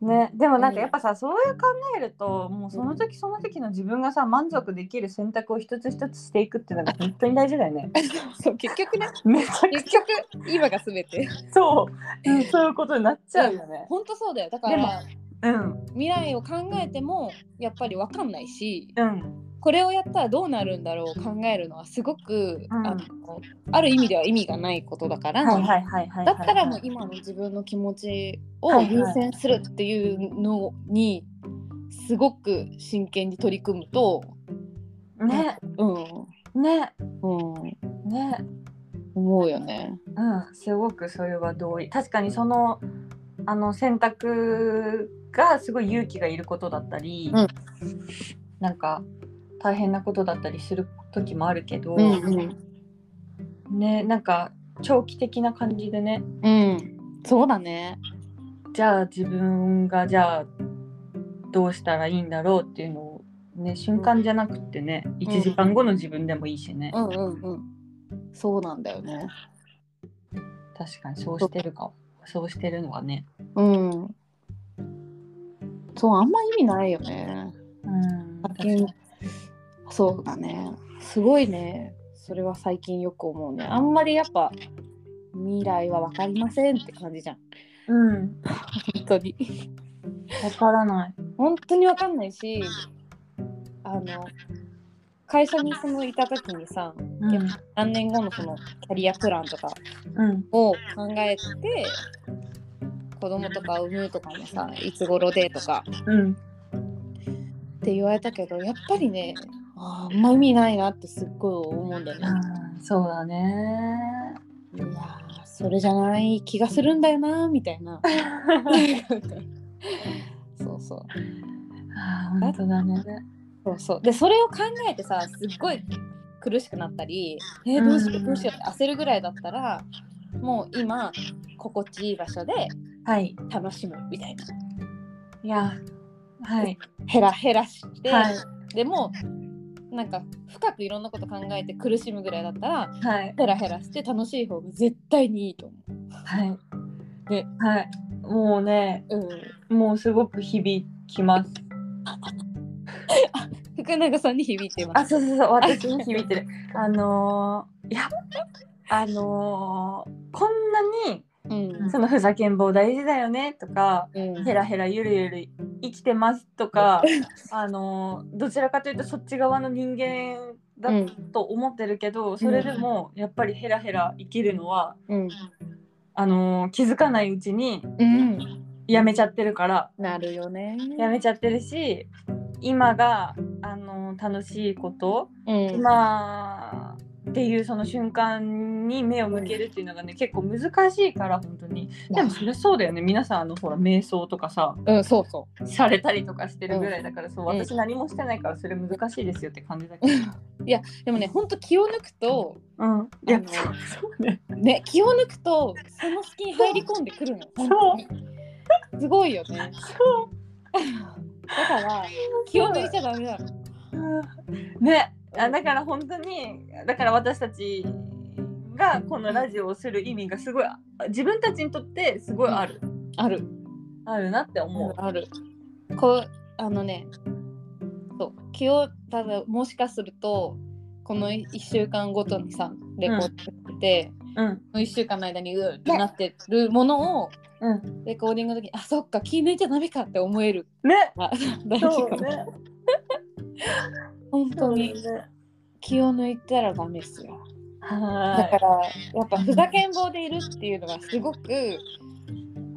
[SPEAKER 1] ね、でもなんかやっぱさそういう考えるともうその時その時の自分がさ満足できる選択を一つ一つしていくっていうのが本当に大事だよ *laughs* ね。
[SPEAKER 2] そう結局ね
[SPEAKER 1] めちゃく
[SPEAKER 2] 結
[SPEAKER 1] ちゃ
[SPEAKER 2] 局今が全て
[SPEAKER 1] そう、うんそういうことになっちゃうよね。
[SPEAKER 2] 本当そうだよだから
[SPEAKER 1] うん
[SPEAKER 2] 未来を考えてもやっぱり分かんないし
[SPEAKER 1] うん
[SPEAKER 2] これをやったらどうなるんだろう考えるのはすごく、
[SPEAKER 1] うん
[SPEAKER 2] あのある意味では意味がないことだから、
[SPEAKER 1] はいはいはいはいはいはい。
[SPEAKER 2] だったらもう今の自分の気持ち
[SPEAKER 1] は
[SPEAKER 2] を
[SPEAKER 1] いはい
[SPEAKER 2] 優先するっていうのにすごく真剣に取り組むと、
[SPEAKER 1] ね
[SPEAKER 2] うん
[SPEAKER 1] ね
[SPEAKER 2] うん、
[SPEAKER 1] ね
[SPEAKER 2] 思うよね。
[SPEAKER 1] うん、すごくそれは同意確かにそのあの選択がすごい勇気がいることだったり、
[SPEAKER 2] うん
[SPEAKER 1] なんか大変なことだったりする時もあるけど、
[SPEAKER 2] うんうん
[SPEAKER 1] ねなんか長期的な感じでね
[SPEAKER 2] うん、そうだね。
[SPEAKER 1] じゃあ自分がじゃあどうしたらいいんだろうっていうのを、ね、瞬間じゃなくってね1時間後の自分でもいいしね、
[SPEAKER 2] うんうんうん。そうなんだよね。
[SPEAKER 1] 確かにそうしてるかもそうしてるのはね。
[SPEAKER 2] うん。そう、あんま意味ないよね。
[SPEAKER 1] うん
[SPEAKER 2] 発見そうだね。すごいね。それは最近よく思うね。あんまりやっぱ未来は分かりませんって感じじゃん。
[SPEAKER 1] うん、
[SPEAKER 2] 本当に。
[SPEAKER 1] わからない。
[SPEAKER 2] 本当に分かんないし、あの、会社にそのいた時にさ、
[SPEAKER 1] うん
[SPEAKER 2] 何年後のそのキャリアプランとか
[SPEAKER 1] うん
[SPEAKER 2] を考えて、子供とか産むとかもさ、いつ頃でとか、
[SPEAKER 1] うん
[SPEAKER 2] って言われたけどやっぱりねあーあんま意味ないなってすっごい思うんだよね。
[SPEAKER 1] うんそうだ *laughs* ね。
[SPEAKER 2] いやーそれじゃない気がするんだよなみたいな。そうそう
[SPEAKER 1] あー本当だね。
[SPEAKER 2] そうそうでそれを考えてさすっごい苦しくなったりえーどうしよ
[SPEAKER 1] う
[SPEAKER 2] うんどうしようって焦るぐらいだったらもう今心地いい場所で
[SPEAKER 1] はい。
[SPEAKER 2] 楽しむみたいない
[SPEAKER 1] や、はい。
[SPEAKER 2] ヘラヘラして、
[SPEAKER 1] はい
[SPEAKER 2] でもなんか深くいろんなこと考えて苦しむぐらいだったら
[SPEAKER 1] はい。
[SPEAKER 2] ヘラヘラして楽しい方が絶対にいいと思
[SPEAKER 1] はい。
[SPEAKER 2] で
[SPEAKER 1] はい。もうね、
[SPEAKER 2] う。うん
[SPEAKER 1] もうすごく響きます。
[SPEAKER 2] 福永さんに響いてます。
[SPEAKER 1] あ、そうそうそう、私に響い *laughs* てる。あのー、いや、あのー、こんなに、
[SPEAKER 2] うん
[SPEAKER 1] そのふざけん坊大事だよねとか、
[SPEAKER 2] うん
[SPEAKER 1] ヘラヘラゆるゆる生きてますとかあのどちらかというとそっち側の人間だと思ってるけど、それでもやっぱりヘラヘラ生きるのは
[SPEAKER 2] うん
[SPEAKER 1] あの気づかないうちに
[SPEAKER 2] うん
[SPEAKER 1] やめちゃってるから
[SPEAKER 2] なるよね。
[SPEAKER 1] やめちゃってるし今があの楽しいこと、
[SPEAKER 2] うん
[SPEAKER 1] 今っていうその瞬間に目を向けるっていうのがね結構難しいから本当にでもそれそうだよね皆さんあのほら瞑想とかさ、
[SPEAKER 2] うん、そうそ
[SPEAKER 1] されたりとかしてるぐらいだから、そう
[SPEAKER 2] うん
[SPEAKER 1] 私何もしてないからそれ難しいですよって感じだけど、
[SPEAKER 2] う。でもね、本当気を抜くと、
[SPEAKER 1] うん、い
[SPEAKER 2] あ
[SPEAKER 1] や
[SPEAKER 2] の
[SPEAKER 1] そうそうね
[SPEAKER 2] ね、気を抜くと、その隙に入り込んでくるの。
[SPEAKER 1] そう
[SPEAKER 2] 本当にすごいよね。
[SPEAKER 1] そ
[SPEAKER 2] だから、気を抜いちゃダメだの。
[SPEAKER 1] ううんねあだから本当にだから私たちがこのラジオをする意味がすごいあ自分たちにとってすごいある、
[SPEAKER 2] ある。
[SPEAKER 1] あるなって思う、
[SPEAKER 2] ある。こう、あのね、そう、気を、ただ、もしかすると、この1週間ごとにさ、レコード作って、
[SPEAKER 1] うん
[SPEAKER 2] この1週間の間にうーってなってるものを、
[SPEAKER 1] うん、
[SPEAKER 2] レコーディングの時にあそっか気抜いちゃダメかって思える
[SPEAKER 1] ね
[SPEAKER 2] あ大
[SPEAKER 1] そ
[SPEAKER 2] 事
[SPEAKER 1] う
[SPEAKER 2] かも、
[SPEAKER 1] ね
[SPEAKER 2] 本当に
[SPEAKER 1] そうね
[SPEAKER 2] 気を抜いたらダメですよだ
[SPEAKER 1] は
[SPEAKER 2] からやっぱふざけん坊でいるっていうのがすごく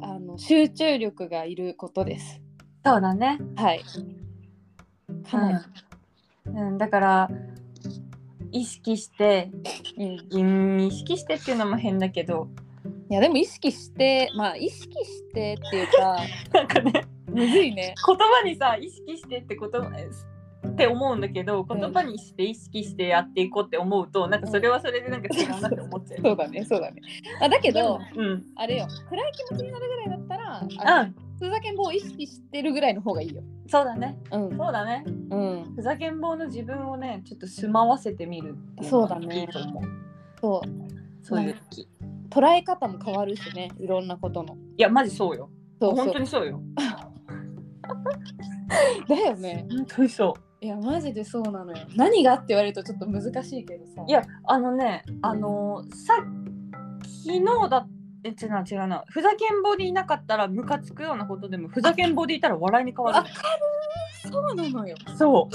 [SPEAKER 2] あの集中力がいることです
[SPEAKER 1] いそうだね
[SPEAKER 2] はいかな
[SPEAKER 1] うん、うん、だから意識して、
[SPEAKER 2] り、うん、い
[SPEAKER 1] うん、意識してっていうのも変だけど
[SPEAKER 2] やでも意識してまあ意識してっていう *laughs* か
[SPEAKER 1] なんかね
[SPEAKER 2] むずいね
[SPEAKER 1] 言葉にさ意識してってことって思うんだけど言葉にして意識してやっていこうって思うと、なんかそれはそれでなんか違うなって思っちゃう。
[SPEAKER 2] そうだねそうだね、まあ、だけど
[SPEAKER 1] うん、
[SPEAKER 2] あれよ暗い気持ちになるぐらいだったら
[SPEAKER 1] あ
[SPEAKER 2] あのふざけん坊を意識してるぐらいの方がいいよ。
[SPEAKER 1] そうだね。
[SPEAKER 2] うん。
[SPEAKER 1] そうだね。
[SPEAKER 2] うん。
[SPEAKER 1] ふざけん坊の自分をね、ちょっと住まわせてみるっていのがいいと思う。
[SPEAKER 2] そう。
[SPEAKER 1] そういう時。い
[SPEAKER 2] 捉え方も変わるしね、いろんなことの。
[SPEAKER 1] や、マジそうよ。
[SPEAKER 2] そうそ
[SPEAKER 1] 本当
[SPEAKER 2] う。
[SPEAKER 1] にそうよ。
[SPEAKER 2] だよね。
[SPEAKER 1] 本当にそう。
[SPEAKER 2] いや、マジでそうなのよ。何がって言われるとちょっと難しいけどさ。
[SPEAKER 1] いや、あのね、あのーさ昨日だって違う違うな、ふざけん坊でいなかったらムカつくようなことでも、ふざけん坊でいたら笑いに変わるのよ。
[SPEAKER 2] そうなのよ。
[SPEAKER 1] そ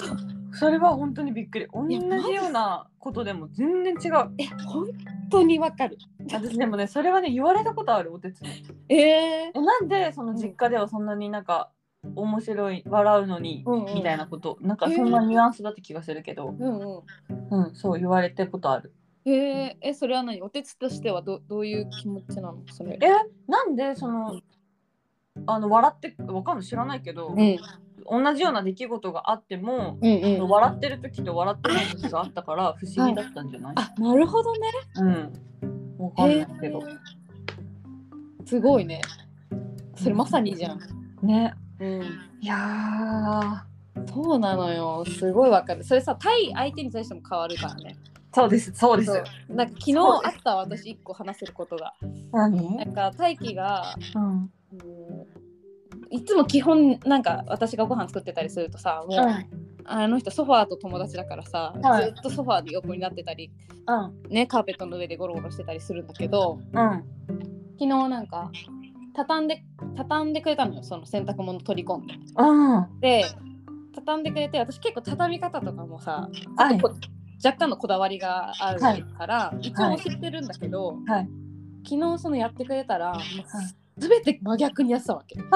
[SPEAKER 1] う。それは本当にびっくり。同
[SPEAKER 2] い
[SPEAKER 1] じ
[SPEAKER 2] やマジ
[SPEAKER 1] ようなことでも全然違う。
[SPEAKER 2] え、本当にわかる。
[SPEAKER 1] 私でもね、それはね、言われたことある、お手伝い。
[SPEAKER 2] ええ
[SPEAKER 1] え、なんでその実家ではそんなになんか面白い、笑うのに、
[SPEAKER 2] うんうん
[SPEAKER 1] みたいなこと、なんかそんなニュアンスだって気がするけど、
[SPEAKER 2] うんうん。
[SPEAKER 1] うん、そう言われたことある。
[SPEAKER 2] ええ、それは何お手つとしてはどどういう気持ちなのそれ。
[SPEAKER 1] え、なんでその、あの笑ってわかんない知らないけど、
[SPEAKER 2] うん。
[SPEAKER 1] 同じような出来事があっても、
[SPEAKER 2] うんうん。
[SPEAKER 1] 笑ってる時と笑ってない時があったから不思議だったんじゃない、
[SPEAKER 2] あ、なるほどね。
[SPEAKER 1] うん。わかんないけど。
[SPEAKER 2] へーすごいね。それまさにじゃん。
[SPEAKER 1] ね。
[SPEAKER 2] うん。
[SPEAKER 1] いやー
[SPEAKER 2] そうなのよ。すごいわかる。それさ、対相手に対しても変わるからね。
[SPEAKER 1] そうです、そうです
[SPEAKER 2] そ。う。なんか昨日
[SPEAKER 1] そう
[SPEAKER 2] あった私一個話せることが。
[SPEAKER 1] 何
[SPEAKER 2] なんか大輝が、
[SPEAKER 1] うん。
[SPEAKER 2] うんいつも基本なんか私がご飯作ってたりするとさ、もう、あの人ソファーと友達だからさ、
[SPEAKER 1] はい
[SPEAKER 2] ずっとソファーで横になってたり、
[SPEAKER 1] うん。
[SPEAKER 2] ね、カーペットの上でゴロゴロしてたりするんだけど、
[SPEAKER 1] うん。
[SPEAKER 2] 昨日なんか畳んで畳んでくれたのよその洗濯物取り込んで
[SPEAKER 1] うん。
[SPEAKER 2] で畳んでくれて私結構畳み方とかもさ
[SPEAKER 1] はい。
[SPEAKER 2] こ若干のこだわりがあるから、一応教えてるんだけど、
[SPEAKER 1] はい
[SPEAKER 2] 昨日そのやってくれたら、も
[SPEAKER 1] いう
[SPEAKER 2] 全て真逆にやってたわけ
[SPEAKER 1] うん。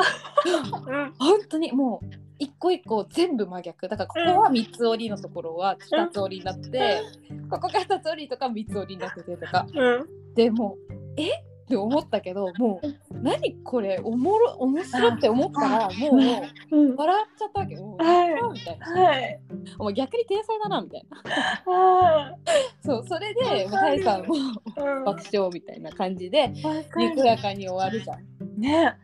[SPEAKER 2] 本当にもう一個一個全部真逆だからここは三つ折りのところは二つ折りになって、ここが二つ折りとか三つ折りになっててとか
[SPEAKER 1] うん。
[SPEAKER 2] でもうえって思ったけどもう何これおもろ面白って思ったらもう
[SPEAKER 1] うん。
[SPEAKER 2] 笑っちゃったわけもう
[SPEAKER 1] はい
[SPEAKER 2] 笑うみたいな
[SPEAKER 1] はい。
[SPEAKER 2] お前逆に天才だなみたいな
[SPEAKER 1] は
[SPEAKER 2] そうそれで
[SPEAKER 1] わ
[SPEAKER 2] もう
[SPEAKER 1] か
[SPEAKER 2] タ
[SPEAKER 1] る
[SPEAKER 2] イさんも
[SPEAKER 1] い。うん。
[SPEAKER 2] 爆笑みたいな感じで
[SPEAKER 1] わか
[SPEAKER 2] に
[SPEAKER 1] る
[SPEAKER 2] こやかに終わるじゃん
[SPEAKER 1] ね。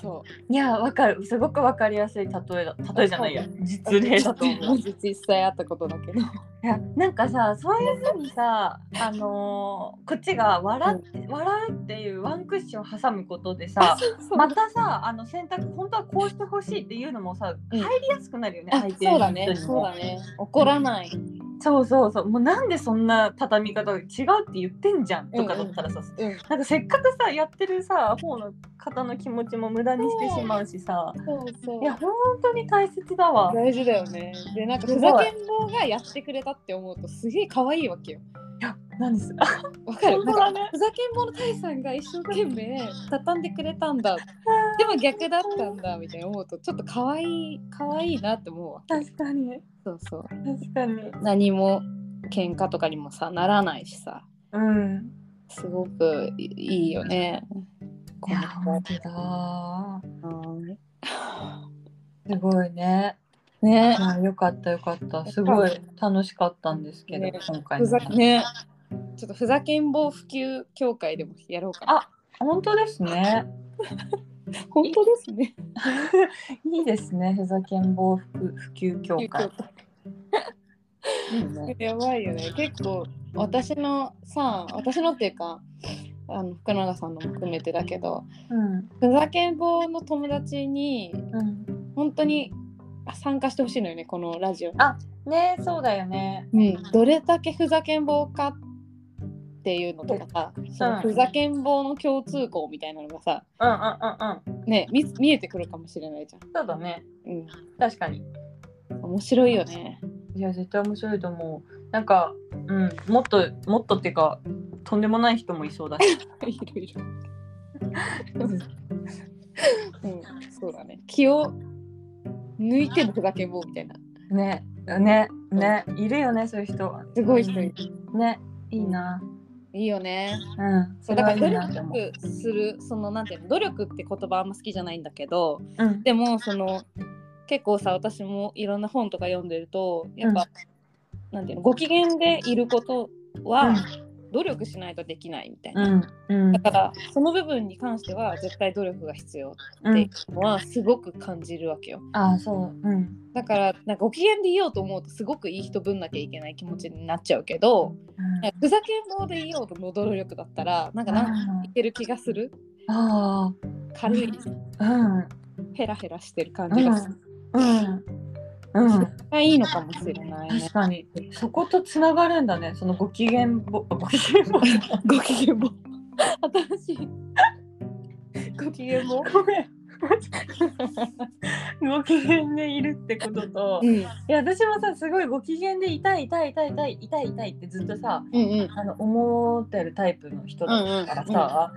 [SPEAKER 2] そ
[SPEAKER 1] いや、わかる。すごくわかりやすい例えだ。例えじゃないや。実
[SPEAKER 2] う
[SPEAKER 1] 例だと
[SPEAKER 2] *laughs*
[SPEAKER 1] 思う。
[SPEAKER 2] 実際あったことだけど
[SPEAKER 1] いやなんかさそういうふうにさ、あのーこっちが笑って、笑うっていうワンクッション挟むことでさま
[SPEAKER 2] *laughs* そう
[SPEAKER 1] たさあの選択本当はこうしてほしいっていうのもさ、
[SPEAKER 2] うん
[SPEAKER 1] 入りやすくなるよね
[SPEAKER 2] あ
[SPEAKER 1] 相手
[SPEAKER 2] そうだ
[SPEAKER 1] の人に
[SPEAKER 2] ね
[SPEAKER 1] も
[SPEAKER 2] そうだね怒らない
[SPEAKER 1] そうそうそうもうなんでそんな畳み方が違うって言ってんじゃんとかだったらさ、
[SPEAKER 2] うん
[SPEAKER 1] なんかせっかくさやってるさ方の方の気持ちも無駄にしてしまうしさ
[SPEAKER 2] そうそう
[SPEAKER 1] いや本当に大切だわ。
[SPEAKER 2] 大事だよねでなんかふざけん坊がやってくれたって思うとすげえ可愛いわけよ
[SPEAKER 1] いやなんです
[SPEAKER 2] わかる、
[SPEAKER 1] 本当だね
[SPEAKER 2] なんかふざけん坊のタイさんが一生懸命畳んでくれたんだでも逆だったんだみたいな思うとちょっと可愛い可愛いなって思うわ
[SPEAKER 1] 確かに
[SPEAKER 2] そうそう
[SPEAKER 1] 確かに。
[SPEAKER 2] 何も喧嘩とかにもさならないしさ
[SPEAKER 1] うん
[SPEAKER 2] すごくいいいよね
[SPEAKER 1] い
[SPEAKER 2] こ
[SPEAKER 1] や
[SPEAKER 2] の
[SPEAKER 1] 本当だ
[SPEAKER 2] 子
[SPEAKER 1] すごいね。
[SPEAKER 2] ね
[SPEAKER 1] あよかったよかった。すごい楽しかったんですけど、
[SPEAKER 2] ね
[SPEAKER 1] 今回
[SPEAKER 2] ふ
[SPEAKER 1] の
[SPEAKER 2] ざ。ねちょっとふざけん坊普及協会でもやろうかな
[SPEAKER 1] あ本当ですね。
[SPEAKER 2] 本当ですね
[SPEAKER 1] *laughs* いいですね。ふざけん坊普普及協会。いいね。
[SPEAKER 2] *laughs* やば *laughs* いよね結構私のさ私のっていうかあの福永さんのも含めてだけど
[SPEAKER 1] うん
[SPEAKER 2] ふざけん坊の友達に
[SPEAKER 1] うん。
[SPEAKER 2] 本当に参加してほしいのよねこのラジオに、
[SPEAKER 1] ねそうだよね。
[SPEAKER 2] うん、どれだけふざけん坊かっていうのとかさ、そのふざけん坊の共通項みたいなのがさ
[SPEAKER 1] うんうんうんうん。
[SPEAKER 2] ね見見えてくるかもしれないじゃ
[SPEAKER 1] そうだね。
[SPEAKER 2] ん、うん、
[SPEAKER 1] 確かに。
[SPEAKER 2] 面白いよね
[SPEAKER 1] いや絶対面白いと思う。なんかうんもっともっとっていうかとんでもない人もいそうだ
[SPEAKER 2] *laughs*
[SPEAKER 1] し。
[SPEAKER 2] いろいろうんそうだね気を抜いてのふざけん坊みたいな
[SPEAKER 1] ねねねいるよねそういう人。
[SPEAKER 2] すごい人いる
[SPEAKER 1] ねいいな。
[SPEAKER 2] いいよね。
[SPEAKER 1] うん。
[SPEAKER 2] そ
[SPEAKER 1] そうれ
[SPEAKER 2] だ
[SPEAKER 1] は
[SPEAKER 2] か
[SPEAKER 1] いいな
[SPEAKER 2] ら
[SPEAKER 1] って思
[SPEAKER 2] 努
[SPEAKER 1] う。
[SPEAKER 2] 力するそのなんていうの努力って言葉あんま好きじゃないんだけど
[SPEAKER 1] うん。
[SPEAKER 2] でもその結構さ私もいろんな本とか読んでるとやっぱ、なんていうのご機嫌でいることは、
[SPEAKER 1] うん
[SPEAKER 2] 努力しないとできないみたいな。
[SPEAKER 1] うんうん
[SPEAKER 2] だからその部分に関しては絶対努力が必要
[SPEAKER 1] う
[SPEAKER 2] って
[SPEAKER 1] ん
[SPEAKER 2] い、うのはすごく感じるわけよ。
[SPEAKER 1] ああそううん
[SPEAKER 2] だからなんかご機嫌でいようと思うとすごくいい人ぶんなきゃいけない気持ちになっちゃうけどなんかふざけん坊でいようとの努力だったらなんかなんかいける気がする
[SPEAKER 1] あ
[SPEAKER 2] 軽い
[SPEAKER 1] あうん
[SPEAKER 2] ヘラヘラしてる感
[SPEAKER 1] う
[SPEAKER 2] じ
[SPEAKER 1] ん
[SPEAKER 2] がする。
[SPEAKER 1] うん、うん、
[SPEAKER 2] それがいいのかもしれないね
[SPEAKER 1] 確。かにそことつながるんだねそのご機嫌ぼご機嫌ぼ
[SPEAKER 2] ご機嫌も新しい。ご機嫌も。
[SPEAKER 1] ごめん *laughs* ご機嫌でいるってことと
[SPEAKER 2] うん。
[SPEAKER 1] いや私もさすごいご機嫌で痛い痛い痛い痛い痛い痛いってずっとさ
[SPEAKER 2] うんうん。
[SPEAKER 1] あの思ってるタイプの人
[SPEAKER 2] う
[SPEAKER 1] だ
[SPEAKER 2] んうん。
[SPEAKER 1] からさ、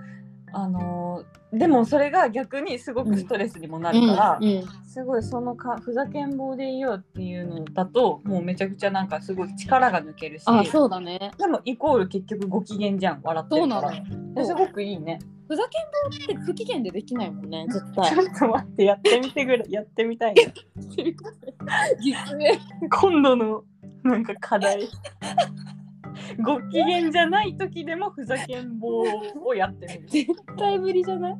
[SPEAKER 1] あのでもそれが逆にすごくストレスにもなるから、
[SPEAKER 2] うんうん
[SPEAKER 1] すごいそのかふざけん坊でいようっていうのだともうめちゃくちゃなんかすごい力が抜けるし
[SPEAKER 2] あ、そうだね。
[SPEAKER 1] でもイコール結局ご機嫌じゃん笑って
[SPEAKER 2] そう
[SPEAKER 1] る
[SPEAKER 2] な
[SPEAKER 1] か
[SPEAKER 2] の
[SPEAKER 1] ら
[SPEAKER 2] よ。
[SPEAKER 1] で
[SPEAKER 2] そ
[SPEAKER 1] す
[SPEAKER 2] う
[SPEAKER 1] ごくいいね
[SPEAKER 2] ふざけん坊って不機嫌でできないもんね、絶 *laughs*
[SPEAKER 1] ち
[SPEAKER 2] 対。
[SPEAKER 1] ょっと待ってやってみてぐらい *laughs* やってみたいね
[SPEAKER 2] 実名
[SPEAKER 1] 今度のなんか課
[SPEAKER 2] *laughs*
[SPEAKER 1] 題ご機嫌じゃない時でもふざけん坊をやってみる
[SPEAKER 2] 絶対無理じゃない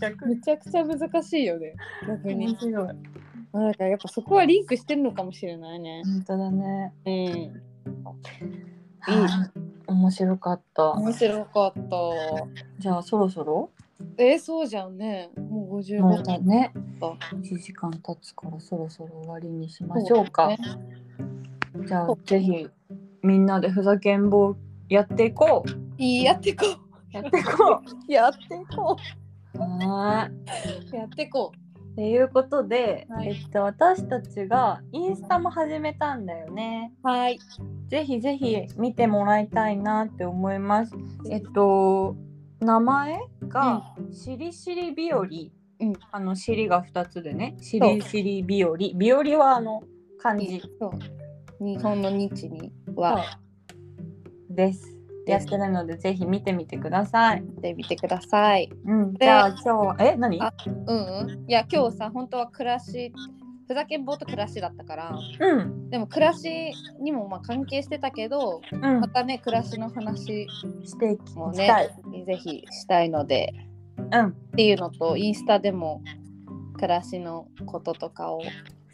[SPEAKER 1] 逆
[SPEAKER 2] めちゃくちゃ難しいよね、逆
[SPEAKER 1] に面
[SPEAKER 2] に。
[SPEAKER 1] 白い
[SPEAKER 2] まあだからやっぱそこはリンクしてるのかもしれないね。
[SPEAKER 1] 本当だね
[SPEAKER 2] うん。
[SPEAKER 1] 面白かった
[SPEAKER 2] 面白かった。
[SPEAKER 1] じゃあそろそろ
[SPEAKER 2] えーそうじゃんね。もう50
[SPEAKER 1] もう
[SPEAKER 2] 分
[SPEAKER 1] だね
[SPEAKER 2] そ
[SPEAKER 1] 1時間経つからそろそろ終わりにしましょうか
[SPEAKER 2] ね
[SPEAKER 1] じゃあ
[SPEAKER 2] そう
[SPEAKER 1] ぜひみんなでふざけん坊やっていこう
[SPEAKER 2] いいやってこ
[SPEAKER 1] *laughs* やっていこ
[SPEAKER 2] う。やってこ。
[SPEAKER 1] うはーいう
[SPEAKER 2] やってこ
[SPEAKER 1] ということで、
[SPEAKER 2] はい
[SPEAKER 1] えっと、私たちがインスタも始めたんだよね
[SPEAKER 2] う。はい。
[SPEAKER 1] ぜひぜひ見てもらいたいなって思いますえっと名前がしりしり日和、
[SPEAKER 2] うん
[SPEAKER 1] あの尻が2つでねしりしり日和日和はあの漢字
[SPEAKER 2] そう。日本の日には
[SPEAKER 1] です。やってるのでぜひ見てみてください。
[SPEAKER 2] 見てみてください。
[SPEAKER 1] うん、
[SPEAKER 2] で
[SPEAKER 1] じゃあ今日はえ何？
[SPEAKER 2] あうんうん。いや今日さ本当は暮らしふざけん坊と暮らしだったから
[SPEAKER 1] うん
[SPEAKER 2] でも暮らしにもまあ関係してたけど
[SPEAKER 1] う
[SPEAKER 2] またね暮らしの話
[SPEAKER 1] んしていき
[SPEAKER 2] もね
[SPEAKER 1] たい。
[SPEAKER 2] ぜひしたいので
[SPEAKER 1] うん
[SPEAKER 2] っていうのとインスタでも暮らしのこととかを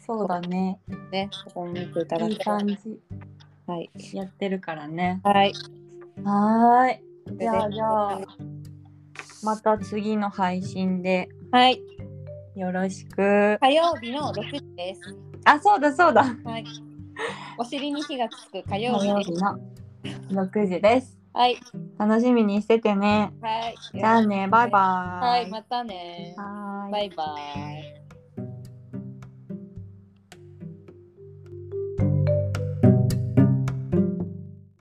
[SPEAKER 1] そうだね。
[SPEAKER 2] ねここ見ていただ
[SPEAKER 1] い
[SPEAKER 2] き
[SPEAKER 1] い
[SPEAKER 2] た
[SPEAKER 1] 感
[SPEAKER 2] い。
[SPEAKER 1] じ
[SPEAKER 2] はい。
[SPEAKER 1] やってるからね。
[SPEAKER 2] はい。
[SPEAKER 1] はーい。じゃあじゃあまた次の配信で
[SPEAKER 2] はい。
[SPEAKER 1] よろしく。
[SPEAKER 2] 火曜日の6時です。
[SPEAKER 1] あそうだそうだ。
[SPEAKER 2] はい。お尻に火がつく火
[SPEAKER 1] 火
[SPEAKER 2] 曜日
[SPEAKER 1] 曜
[SPEAKER 2] で
[SPEAKER 1] 日
[SPEAKER 2] す。
[SPEAKER 1] の6時です。
[SPEAKER 2] はい。
[SPEAKER 1] 楽しみにしててね。
[SPEAKER 2] はい。
[SPEAKER 1] じゃあねバイバーイ。
[SPEAKER 2] はい。またね。
[SPEAKER 1] はーい
[SPEAKER 2] バイバイ。